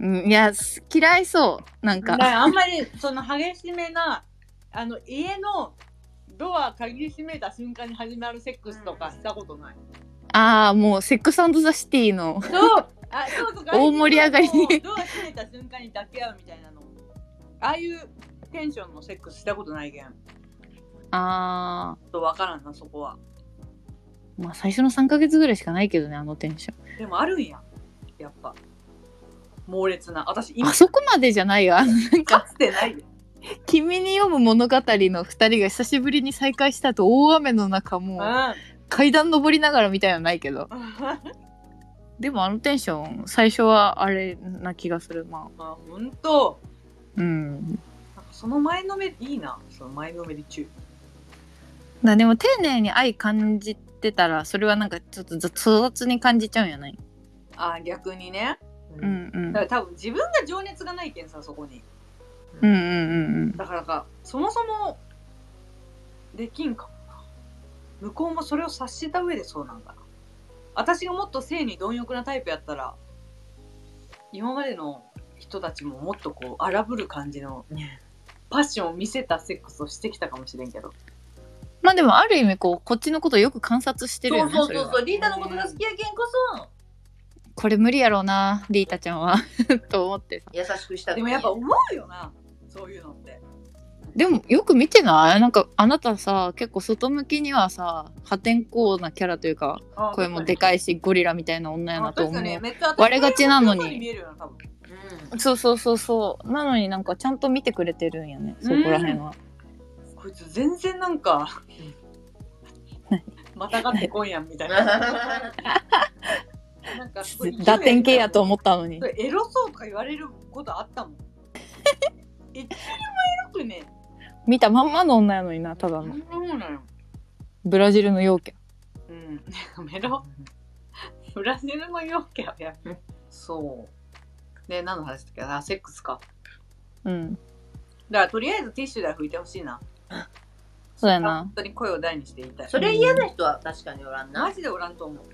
Speaker 2: うん、いや、す嫌いそう、なん
Speaker 1: だか
Speaker 2: か。
Speaker 1: らあんまりその激しめなあの家のドア鍵閉めた瞬間に始まるセックスとかしたことない。
Speaker 2: ああ、もうセックスザシティの。
Speaker 1: そうあそうそう
Speaker 2: 大盛り上がり
Speaker 1: 外人のドア閉めた瞬間に抱き合うみたいなの。ああいうテンションのセックスしたことないけん。ちょ
Speaker 2: あ
Speaker 1: っとわからんなそこは。
Speaker 2: あ、まあ最初の3ヶ月ぐらいしかないけどね、あのテンション。
Speaker 1: でもあるんや。やっぱ猛烈な。私今
Speaker 2: あ
Speaker 1: か
Speaker 2: そこまでじゃないよ。あのなんか、
Speaker 1: つてないよ。
Speaker 2: 君に読む物語の2人が久しぶりに再会した後、大雨の中
Speaker 1: う
Speaker 2: も
Speaker 1: ん。 (laughs)
Speaker 2: う階段登りながらみたいなのないけど。
Speaker 1: ま
Speaker 2: でもあのテンション、最初はあれな気がする。まあ、
Speaker 1: あ本当。
Speaker 2: うん。
Speaker 1: なんかその前のめりいいな。その前のめり中。
Speaker 2: だでも丁寧に愛感じてたら、それはなんかちょっと粗雑に感じちゃうんやない
Speaker 1: あ逆にね。
Speaker 2: う。んうん。
Speaker 1: だから多分自分が情熱がないけんさそこに
Speaker 2: うんうんうん
Speaker 1: だからかそもそもできんかもな向こうもそれを察した上でそうなんかな私がもっと性に貪欲なタイプやったら今までの人たちももっとこう荒ぶる感じのパッションを見せたセックスをしてきたかもしれんけど
Speaker 2: まあでもある意味こうこっちのことをよく観察してる
Speaker 3: そ
Speaker 2: よ
Speaker 3: う
Speaker 2: ね
Speaker 3: そ
Speaker 2: そ
Speaker 3: うそ
Speaker 2: れ
Speaker 3: う
Speaker 2: は
Speaker 3: そう、リータのことが好きやけんこそ、
Speaker 2: これ無理やろうなリータちゃんは (laughs) と思ってさ
Speaker 3: 優しくした
Speaker 1: でも
Speaker 3: (laughs)
Speaker 1: やっぱ思うよなそういうのって
Speaker 2: でもよく見てないなんかあなたさ結構外向きにはさ破天荒なキャラというか声もで
Speaker 1: い
Speaker 2: かいしゴリラみたいな女やなと思う、
Speaker 1: ね、めっちゃ私
Speaker 2: 割れがちなのに
Speaker 1: そういう見えるよな多分
Speaker 3: う
Speaker 2: そうそうそうそうなのになんかちゃんと見てくれてるんやねそこら辺は、
Speaker 1: こいつ全然なんか
Speaker 2: 何
Speaker 1: またがってこんやんみたい
Speaker 2: (laughs)
Speaker 1: な。
Speaker 3: ん。
Speaker 1: なんかすごい勢い
Speaker 2: 打点系やと思ったのに
Speaker 1: それエロそうとか言われることあったもん。 (laughs) 一人もエロくねえ。
Speaker 2: 見たまんまの女やのになただ
Speaker 1: そ
Speaker 2: の
Speaker 1: んなもんなの。
Speaker 2: ブラジルの陽キャ
Speaker 1: うん。 (laughs) やめろ。ブラジルの要件はやめろ。そう。で、何の話だっけあ、セックスか。
Speaker 2: うん
Speaker 1: だからとりあえずティッシュで拭いてほしいな。
Speaker 2: そうやな
Speaker 1: 本当に声を大にして言いたい。
Speaker 3: それ嫌な人は確かにおらん
Speaker 1: マ
Speaker 3: な。
Speaker 1: ジでおらんと思う。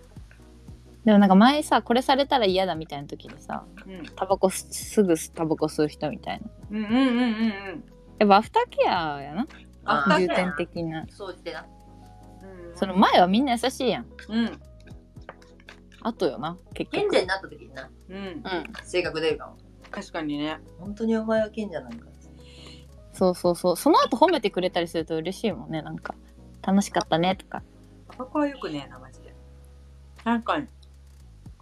Speaker 2: でもなんか前さこれされたら嫌だみたいな時にさ
Speaker 1: うん。
Speaker 2: タバコすすぐタバコ吸う人みたいな
Speaker 1: うんうんうんうんうん。
Speaker 2: やっぱアフターケアやな
Speaker 1: あ
Speaker 3: うん
Speaker 2: 重点的な
Speaker 3: そうしてな。
Speaker 1: うん
Speaker 2: その前はみんな優しいやん
Speaker 1: うん。
Speaker 2: あとよな結
Speaker 3: 賢
Speaker 2: 局
Speaker 3: 者になった時にな、
Speaker 1: うん。
Speaker 2: うん
Speaker 3: 性格出るかも。
Speaker 1: 確かにね。
Speaker 3: 本当にお前は賢者なんか。
Speaker 2: そうそうそうその後褒めてくれたりすると嬉しいもんねなんか楽しかったねとか
Speaker 1: タバコはよくねえな、マジで。なんか、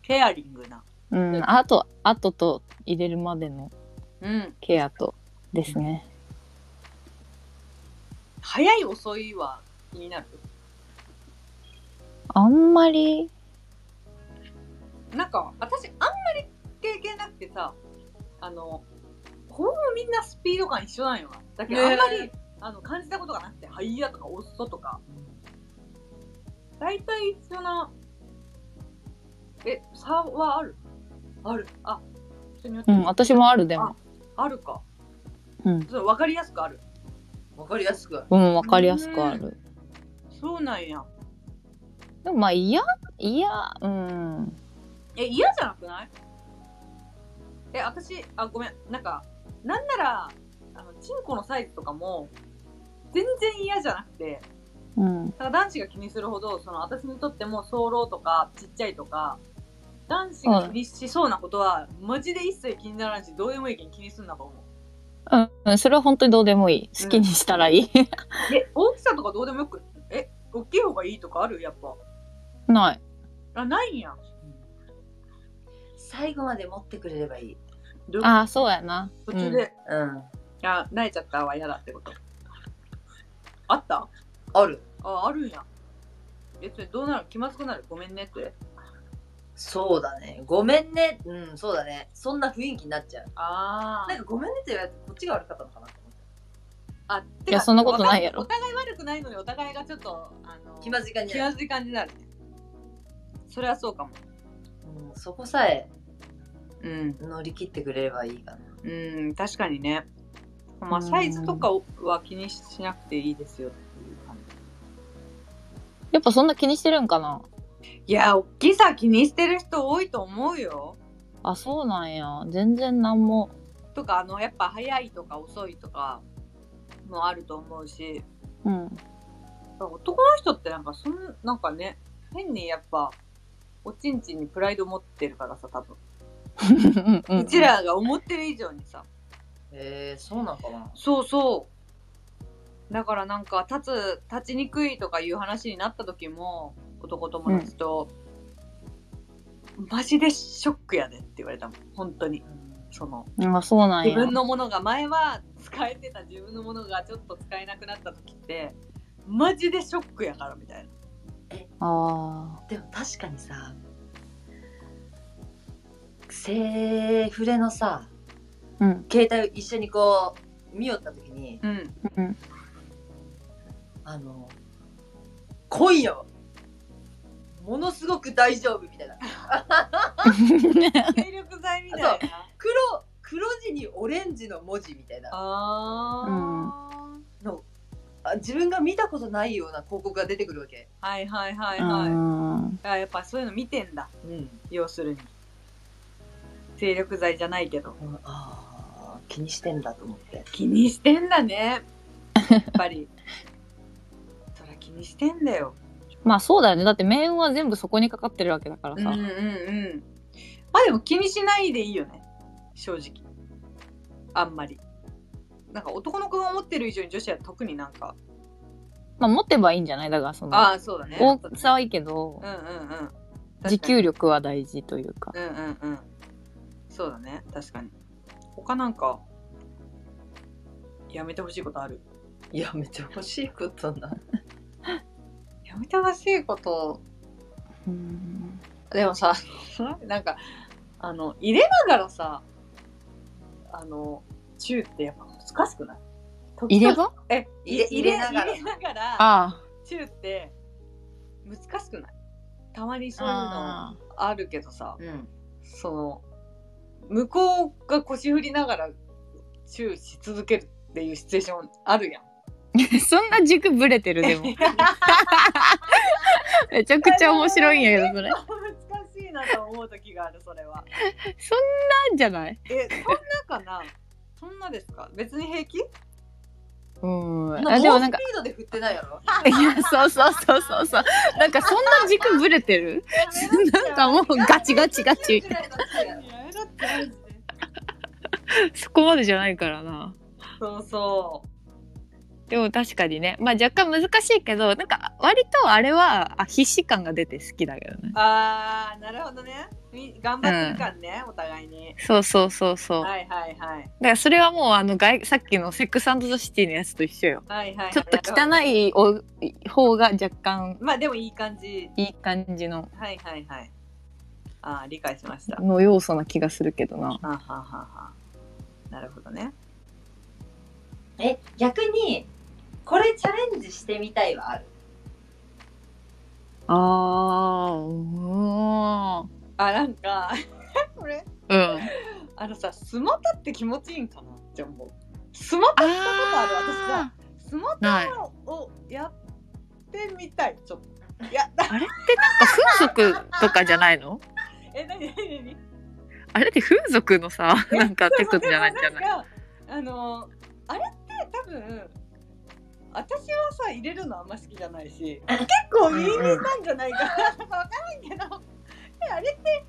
Speaker 1: ケアリングな。
Speaker 2: うんあとあとと入れるまでの
Speaker 1: うん。
Speaker 2: ケアとですね
Speaker 1: 早い遅いは気になる。
Speaker 2: あんまり
Speaker 1: なんか、私、あんまり経験なくてさ、あの、ほぼみんなスピード感一緒なんよな。だけど、あんまり、
Speaker 3: ね
Speaker 1: あの感じたことがなくて、はいやとか、おっそとか。大体一緒な、え、差はあるある。あ、人によって
Speaker 2: うん私もあるでも
Speaker 1: あるか。
Speaker 2: うん
Speaker 1: そうわかりやすくある。
Speaker 3: わかりやすく。
Speaker 2: うんわかりやすくある
Speaker 1: そうなんや。
Speaker 2: でもまあ嫌嫌うん
Speaker 1: え嫌じゃなくないえ私あごめんなんかなんならあのチンコのサイズとかも全然嫌じゃなくて
Speaker 2: うん
Speaker 1: ただ男子が気にするほどその私にとっても早漏とかちっちゃいとか男子が気にしそうなことは、マジで一切気にならんしどうでもいいけん気にすんなと思う
Speaker 2: うんうん、それは本当にどうでもいい。好きにしたらいい。
Speaker 1: え大きさとかどうでもよくえ大きい方がいいとかあるやっぱ
Speaker 2: ない。
Speaker 1: あないんや
Speaker 3: 最後まで持ってくれればいい。
Speaker 1: ど
Speaker 2: (laughs) ああ、そうやな。
Speaker 1: 途中
Speaker 2: うん
Speaker 1: で、
Speaker 3: うん。
Speaker 1: あ泣いちゃったわ嫌だってことあった
Speaker 3: ある。
Speaker 1: あ、あるんや。別にどうなる気まずくなるごめんねって。
Speaker 3: そうだね。ごめんね。うん、そうだね。そんな雰囲気になっちゃう。
Speaker 1: あ
Speaker 3: なんかごめんねって言われて、こっちが悪かったのかなって思って。
Speaker 1: ああ
Speaker 2: いやそんなことないやろ
Speaker 1: お互いお互い悪くないのにお互いがちょっとあの
Speaker 3: 気まずい感じ
Speaker 1: 気
Speaker 3: にな
Speaker 1: ま
Speaker 3: る。
Speaker 1: ずい感じになるねそれはそうかも
Speaker 3: うん、そこさえ
Speaker 1: うん
Speaker 3: 乗り切ってくれればいいかな。
Speaker 1: うん確かにねま
Speaker 2: う
Speaker 1: あ
Speaker 2: ん
Speaker 1: サイズとかは気にしなくていいですよっていう感
Speaker 2: やっぱそんな気にしてるんかな
Speaker 1: じいや大きさ気にしてる人多いと思うよ
Speaker 2: あそうなんや全然なんも
Speaker 1: とかあのやっぱ早いとか遅いとかもあると思うし
Speaker 2: うん
Speaker 1: 男の人ってなんかそんなんかね変にやっぱおちんちんにプライド持ってるからさ多分、う
Speaker 2: う
Speaker 1: ちらが思ってる以上にさ
Speaker 3: えー、そうなのかな。
Speaker 1: そうそうだからなんか立つ立ちにくいとかいう話になった時も男友達と、マジでショックやでって言われたもん本当にその
Speaker 2: んあそうなん
Speaker 1: 自
Speaker 2: や
Speaker 1: 分のものが前は使えてた自分のものがちょっと使えなくなった時ってマジでショックやからみたいな
Speaker 2: あ
Speaker 3: でも確かにさ、セフレのさ、
Speaker 2: ー (laughs) うん
Speaker 3: 携帯を一緒にこう見よった時に、
Speaker 1: うん
Speaker 2: うん
Speaker 3: あの、今夜は、ものすごく大丈夫みたいな。
Speaker 1: 精力剤みたいな
Speaker 3: 黒、黒地にオレンジの文字みたいな。
Speaker 1: あー、
Speaker 3: のあ自分が見たことないような広告が出てくるわけ。
Speaker 1: はいはいはいはい、
Speaker 2: うん
Speaker 1: あやっぱそういうの見てんだ
Speaker 3: うん。
Speaker 1: 要するに精力剤じゃないけど
Speaker 3: ああー、気にしてんだと思って。
Speaker 1: 気にしてんだねやっぱ (laughs) りそりゃ気にしてんだよ
Speaker 2: まあそうだよねだって命運は全部そこにかかってるわけだから
Speaker 1: うんうんう
Speaker 2: さ
Speaker 1: んまあでも気にしないでいいよね正直あんまりなんか男の子が思ってる以上に女子は特になんか、
Speaker 2: まあ持てばいいんじゃないだからその
Speaker 1: ああそうだね
Speaker 2: 大きさはいいけど
Speaker 1: うんうんうん
Speaker 2: 持久力は大事というか
Speaker 1: うんうんうんそうだね確かに他なんかやめてほしいことある
Speaker 3: いや、めっちゃ欲しいことな。
Speaker 1: やめてほしいこと
Speaker 2: うん
Speaker 1: でもさ (laughs) なんかあの入れながらさあの中ってやっぱ難しくない
Speaker 2: 入れ歯
Speaker 1: え入れ入
Speaker 3: 入
Speaker 1: れ
Speaker 3: れ
Speaker 1: な
Speaker 3: な
Speaker 1: がら
Speaker 3: がら
Speaker 1: 入れながら
Speaker 2: あ
Speaker 1: 中って難しくないたまに
Speaker 2: ー
Speaker 1: そういうのあるけどさ
Speaker 3: うん。
Speaker 1: その向こうが腰振りながらチューし続けるっていうシチュエーションあるやん。
Speaker 2: そんな軸ぶれてるで (laughs) もめちゃくちゃ面白いんやけどそれそんな
Speaker 1: 難しいなと思う時があるそれは。
Speaker 2: んじゃない
Speaker 1: えそんなかなそんなですか別に平気
Speaker 2: うんあ
Speaker 3: あ
Speaker 2: で
Speaker 3: で
Speaker 2: も
Speaker 3: も
Speaker 2: な
Speaker 3: なんん
Speaker 2: か
Speaker 3: か。スピードで振ってないやろ。
Speaker 2: いやそうそうそうそうそうなんかそんな軸ぶれてるなんかもうガチガチガチ
Speaker 3: ぐらいのスピードやろ
Speaker 1: やめろってマジで
Speaker 2: そこまでじゃないからな
Speaker 1: そうそう。
Speaker 2: でも確かにねまあ若干難しいけどなんか割とあれはあ必死感が出て好きだけどね
Speaker 1: あーなるほどね。み頑張ってる感ね、お互いに。
Speaker 2: そうそうそうそうだか
Speaker 1: はいはいはい。
Speaker 2: らそれはもうあの外さっきのセックスザシティのやつと一緒よ
Speaker 1: はいはいはい、
Speaker 2: ちょっと汚いお方が若干
Speaker 1: まあでもいい感じ。
Speaker 2: いい感じの
Speaker 1: はいはいはい。ああ、理解しました。
Speaker 2: の要素な気がするけどな
Speaker 1: はあはあはあはあなるほどね。
Speaker 3: え、逆に、これチャレンジしてみたいはある。
Speaker 2: あーう
Speaker 1: あ、なんか、 (laughs) これ、
Speaker 2: ーんうん
Speaker 1: あのさ、スマタって気持ちいいんかなって思う。スマタしたことある私さ
Speaker 2: あ、
Speaker 1: スマ
Speaker 2: ーない
Speaker 1: タをやってみたい、ちょっと。いや、 (laughs)
Speaker 2: あれってなんか風俗とかじゃないの
Speaker 1: え、なになになに
Speaker 2: あれって風俗のさ
Speaker 1: え
Speaker 2: なんかテクじゃないんじゃ
Speaker 1: でも
Speaker 2: ない
Speaker 1: なんかあのあれって多分私はさ入れるのあんま好きじゃないし結構耳なんじゃないかな、分からんけどえあれって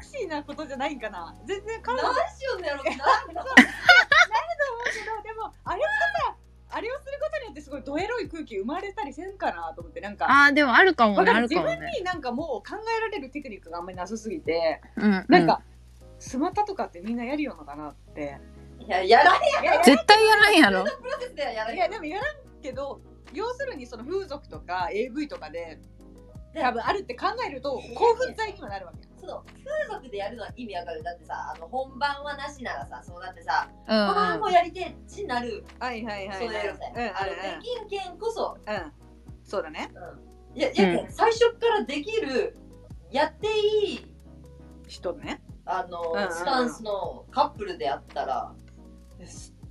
Speaker 1: セクシーなことじゃないんかな全然彼女だと思う
Speaker 3: しようねやろな。
Speaker 1: けどでもあれってさあれをすることによってすごいドエロい空気生まれたりせんかなと思ってなんか
Speaker 2: あーでもあるかも
Speaker 1: わ
Speaker 2: ね
Speaker 1: か
Speaker 2: あ
Speaker 1: る
Speaker 2: る
Speaker 1: 自
Speaker 2: かも
Speaker 1: 分
Speaker 2: ね
Speaker 1: になんかもう考えられるテクニックがあんまりなさすぎて、
Speaker 2: うん
Speaker 1: なんかスマタとかってみんなやるようなのかなって
Speaker 3: いや、やらん
Speaker 2: 絶対やらんやろ
Speaker 3: ですよ、やらん
Speaker 1: い
Speaker 3: や
Speaker 1: や
Speaker 3: ろ。
Speaker 1: でもやらんけど要するにその風俗とか AV とかで多分あるって考えると興奮剤にはなるわけよ
Speaker 3: その風俗でやるのは意味わかるだってさあの本番はなしならさそうだってさ、
Speaker 2: う
Speaker 3: 本番
Speaker 2: ん
Speaker 3: もやりてえちなる
Speaker 1: はいはいはい
Speaker 3: そう
Speaker 1: はい
Speaker 3: やるみたいな、あのできんけんこそ、
Speaker 1: うんうんうんそうだね
Speaker 3: いやいやけん最初からできるやっていい
Speaker 1: 人ね
Speaker 3: あの、
Speaker 1: うんうんうん
Speaker 3: スタンスのカップルであったら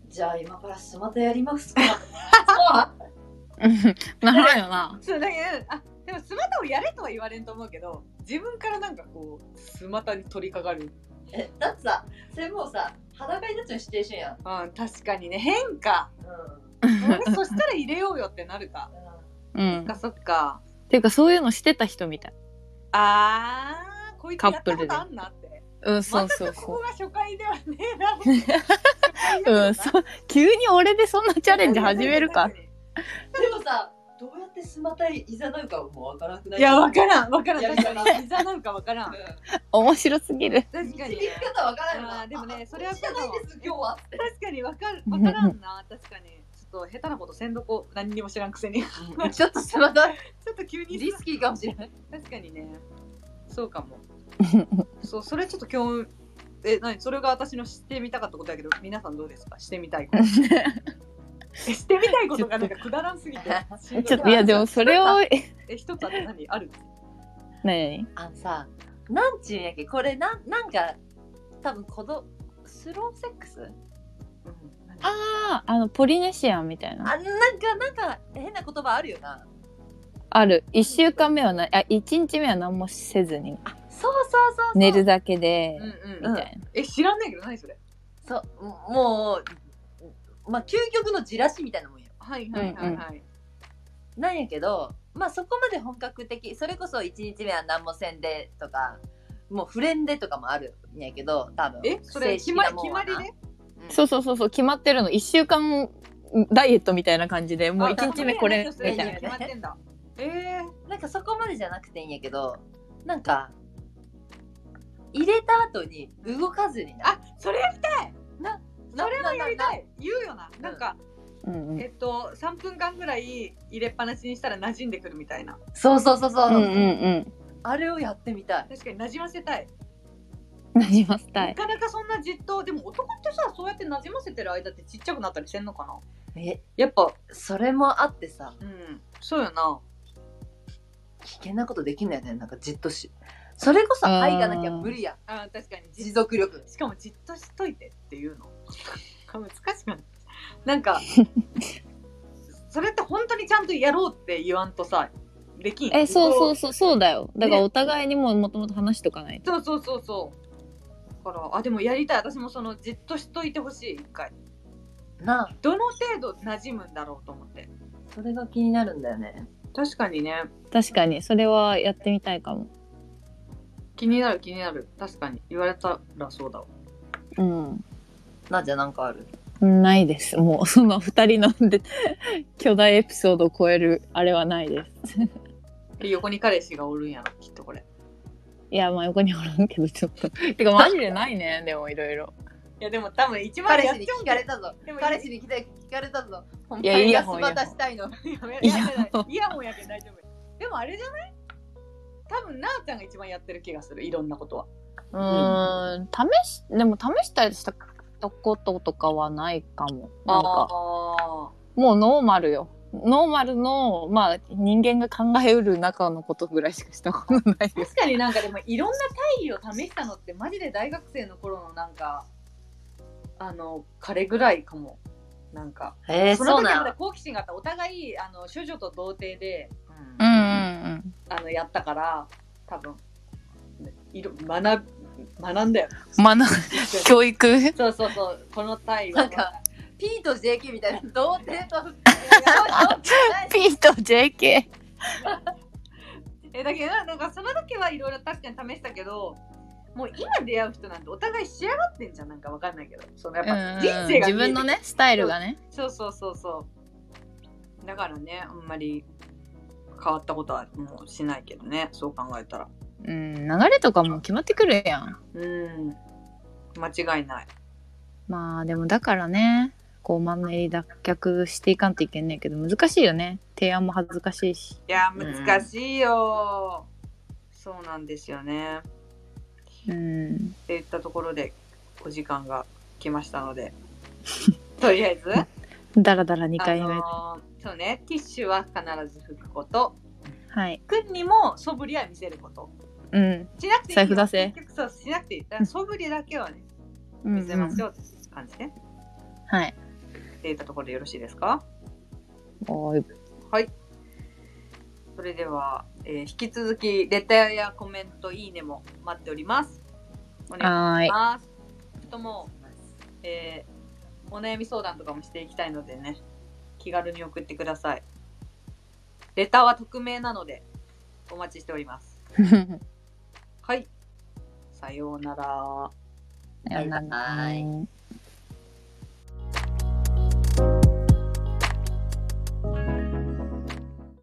Speaker 3: じゃあ今からスマタやりますかそう
Speaker 2: うん (laughs) なるよな
Speaker 1: そうだけどあでもスマタをやれとは言われんと思うけど自分からなんかこうスマタに取りかかる
Speaker 3: えだってさそれもうさ裸になっちゃうシチュエーションやん、
Speaker 1: あ確かにね変 (laughs) か
Speaker 3: う
Speaker 1: 俺 (laughs) そしたら入れようよってなるか
Speaker 3: んう
Speaker 1: そっ
Speaker 2: うん
Speaker 3: ん
Speaker 1: かそっか
Speaker 2: ていうかそういうのしてた人みたい
Speaker 1: あーこいつやったことあんなって
Speaker 2: うんそ
Speaker 1: ま
Speaker 2: う
Speaker 1: さ
Speaker 2: そ
Speaker 1: か
Speaker 2: う
Speaker 1: ここ
Speaker 2: そ
Speaker 1: が初
Speaker 2: う
Speaker 1: 回ではねえだろ (laughs) うって初回だよな
Speaker 2: うんそう急に俺でそんなチャレンジ始めるか
Speaker 3: でもさどうやってスマタイいざなうかはもうわからなくない
Speaker 1: いやわからんわからん
Speaker 3: いや
Speaker 1: 確かに膝なんかわからん
Speaker 3: う
Speaker 2: 面白すぎる
Speaker 1: 確か
Speaker 3: ん
Speaker 1: に
Speaker 3: 響き方わからんよ
Speaker 1: あ
Speaker 3: な
Speaker 1: ーでもね
Speaker 3: あ
Speaker 1: それは
Speaker 3: こっちじゃないんです今日はって
Speaker 1: 確かにわかるわからんな確かにちょっと下手なことせんどこ何にも知らんくせにち
Speaker 3: ちょっとスマタイ
Speaker 1: ょっと急に
Speaker 3: リスキーかもしれない
Speaker 1: 確かにねそうかもそうそれちょっと今日え何それが私のしてみたかったことだけど皆さんどうですかしてみたいこと
Speaker 2: (laughs)
Speaker 1: えしてみたいことがなんかくだらんすぎてしんど
Speaker 2: ちょっといやでもそれを
Speaker 1: え一つあって何ある
Speaker 2: 何
Speaker 3: あのさなんちゅうんやっけこれなんなんか多分子どスローセックス
Speaker 2: あああのポリネシアンみたいな
Speaker 3: あなんかなんか変な言葉あるよな
Speaker 2: ある1週間目はなあ1日目は何もせずに
Speaker 3: あそうそうそうそう
Speaker 2: 寝るだけで
Speaker 1: うんうん、
Speaker 2: みたい
Speaker 1: え知らんねえけど何それ
Speaker 3: そうもうまあ究極のじらしみたいなもんよ
Speaker 1: はいはいはいはい、
Speaker 3: なんやけどまあそこまで本格的それこそ1日目は何もせんでとかもうフレンデとかもあるんやけど多分
Speaker 1: えそれ
Speaker 3: 正
Speaker 1: 決
Speaker 3: 式
Speaker 1: ま
Speaker 3: な
Speaker 1: り
Speaker 3: も
Speaker 1: 決
Speaker 3: ん
Speaker 1: ま
Speaker 3: は
Speaker 1: り
Speaker 3: な
Speaker 1: ね
Speaker 2: なそうそうそうそう決まってるの1週間ダイエットみたいな感じでもう
Speaker 1: あ
Speaker 2: 1日目これみ
Speaker 1: そ
Speaker 2: た
Speaker 1: れ
Speaker 2: い
Speaker 1: に
Speaker 2: な
Speaker 1: 決まってんだえー、
Speaker 3: なんかそこまでじゃなくていいんやけどなんか入れた後に動かずにな
Speaker 1: あそれやりたいな
Speaker 3: な
Speaker 1: それはやりた
Speaker 3: ない
Speaker 1: 言うよななんか、
Speaker 2: うんうん
Speaker 1: えっと3分間ぐらい入れっぱなしにしたら馴染んでくるみたいな
Speaker 3: そうそうそうそう、
Speaker 2: うんうん
Speaker 3: あれをやってみたい
Speaker 1: 確かに馴染ませたい
Speaker 2: うんなじませた
Speaker 1: ないかなかそんなじっとでも男ってさそうやって馴染ませてる間ってちっちゃくなったりしてんのかな
Speaker 3: え
Speaker 1: やっぱ
Speaker 3: それもあってさ
Speaker 1: うんそうよな
Speaker 3: 危険なことできんだよねなんかじっとしそれこそ愛がなきゃ無理やん
Speaker 1: あ確かに
Speaker 3: 持続力
Speaker 1: しかもじっとしといてっていうの (laughs) 難しくないなん
Speaker 2: (laughs)
Speaker 1: かそれって本当にちゃんとやろうって言わんとさできん
Speaker 2: えそうそううそうそうだよだからお互いにももともと話しとかないと
Speaker 1: そうそうそうそうだからあでもやりたい私もそのじっとしといてほしい一回
Speaker 3: なあ
Speaker 1: どの程度馴染むんだろうと思って
Speaker 3: それが気になるんだよね
Speaker 1: 確かにね
Speaker 2: 確かにそれはやってみたいかも
Speaker 1: 気になる気になる確かに言われたらそうだわ
Speaker 2: うん
Speaker 3: なじゃなんかある
Speaker 2: ないですもうその2人ので巨大エピソードを超えるあれはないです
Speaker 1: で横に彼氏がおるんやろきっとこれ
Speaker 2: いやまあ横におらんけどちょっとてかマジでない (laughs) ねでもいろいろ
Speaker 1: いやでも多分一番
Speaker 3: 彼
Speaker 1: やっ
Speaker 3: 氏
Speaker 1: ち
Speaker 3: に
Speaker 1: ゃうんだ
Speaker 3: 聞か
Speaker 1: よ
Speaker 3: れたぞ
Speaker 1: でも
Speaker 3: 彼氏に聞かれたぞほん
Speaker 2: いやいいや
Speaker 3: スバタしたいの
Speaker 1: いやめ
Speaker 2: イヤ
Speaker 1: やめない
Speaker 2: ホン
Speaker 1: イヤホンやけど大丈夫でもあれじゃない多分なあちゃんが一番やってる気がするいろんなことは
Speaker 2: うーん試しでも試したりしたこととかはないかもなんか
Speaker 1: あ
Speaker 2: もうノーマルよノーマルのまあ人間が考えうる中のことぐらいしかしたことないで
Speaker 1: 確
Speaker 2: す
Speaker 1: かになんかでもいろんな体位を試したのってマジで大学生の頃のなんかあの彼ぐらいかもなんか
Speaker 3: え
Speaker 1: その時はまだ好奇心があったお互いあの処女と童貞で
Speaker 2: うんうん
Speaker 1: あのやったから多分いろ学学んだよ
Speaker 2: うんまあな教 (laughs) 育
Speaker 1: (laughs) そうそうそうこの体位は
Speaker 3: なん
Speaker 1: (laughs)
Speaker 3: か P と JK みたいな童貞と
Speaker 2: P と JK
Speaker 1: えだけどなんかその時はいろいろ確かに試したけどもう今出会う人なんてお互い仕上がってんじゃんなんかわかんないけどそのやっぱ人生が見えて
Speaker 2: 自分のねスタイルがね
Speaker 1: そうそうそうそうだからねあんまり変わったことはもうしないけどねそう考えたら
Speaker 2: うん流れとかも決まってくるやん
Speaker 1: うん間違いない
Speaker 2: まあでもだからねこうマンネリ脱却していかんといけんねんけど難しいよね提案も恥ずかしいし
Speaker 1: いや難しいよ、そうなんですよね
Speaker 2: うん。
Speaker 1: っていったところでお時間が来ましたの
Speaker 2: (laughs)
Speaker 1: でとりあえず
Speaker 2: だらだら2回目。
Speaker 1: あのーそうねティッシュは必ず拭くこと
Speaker 2: はい。
Speaker 1: くんにも素振りは見せること
Speaker 2: うん。
Speaker 1: しなくていいよ
Speaker 2: 財布出せ
Speaker 1: 結局そうしなくていいだから素振りだけはね
Speaker 2: うん
Speaker 1: 見せますよって感じね、
Speaker 2: うんはい。
Speaker 1: っていったところでよろしいですか
Speaker 2: おーい
Speaker 1: それでは、えー引き続きレターやコメントいいねも待っておりますお願いし
Speaker 2: はーい。
Speaker 1: ますちょっともうえーお悩み相談とかもしていきたいのでね、気軽に送ってください。レターは匿名なので、お待ちしております。はい。さようなら。
Speaker 2: (laughs) さよなら
Speaker 3: はい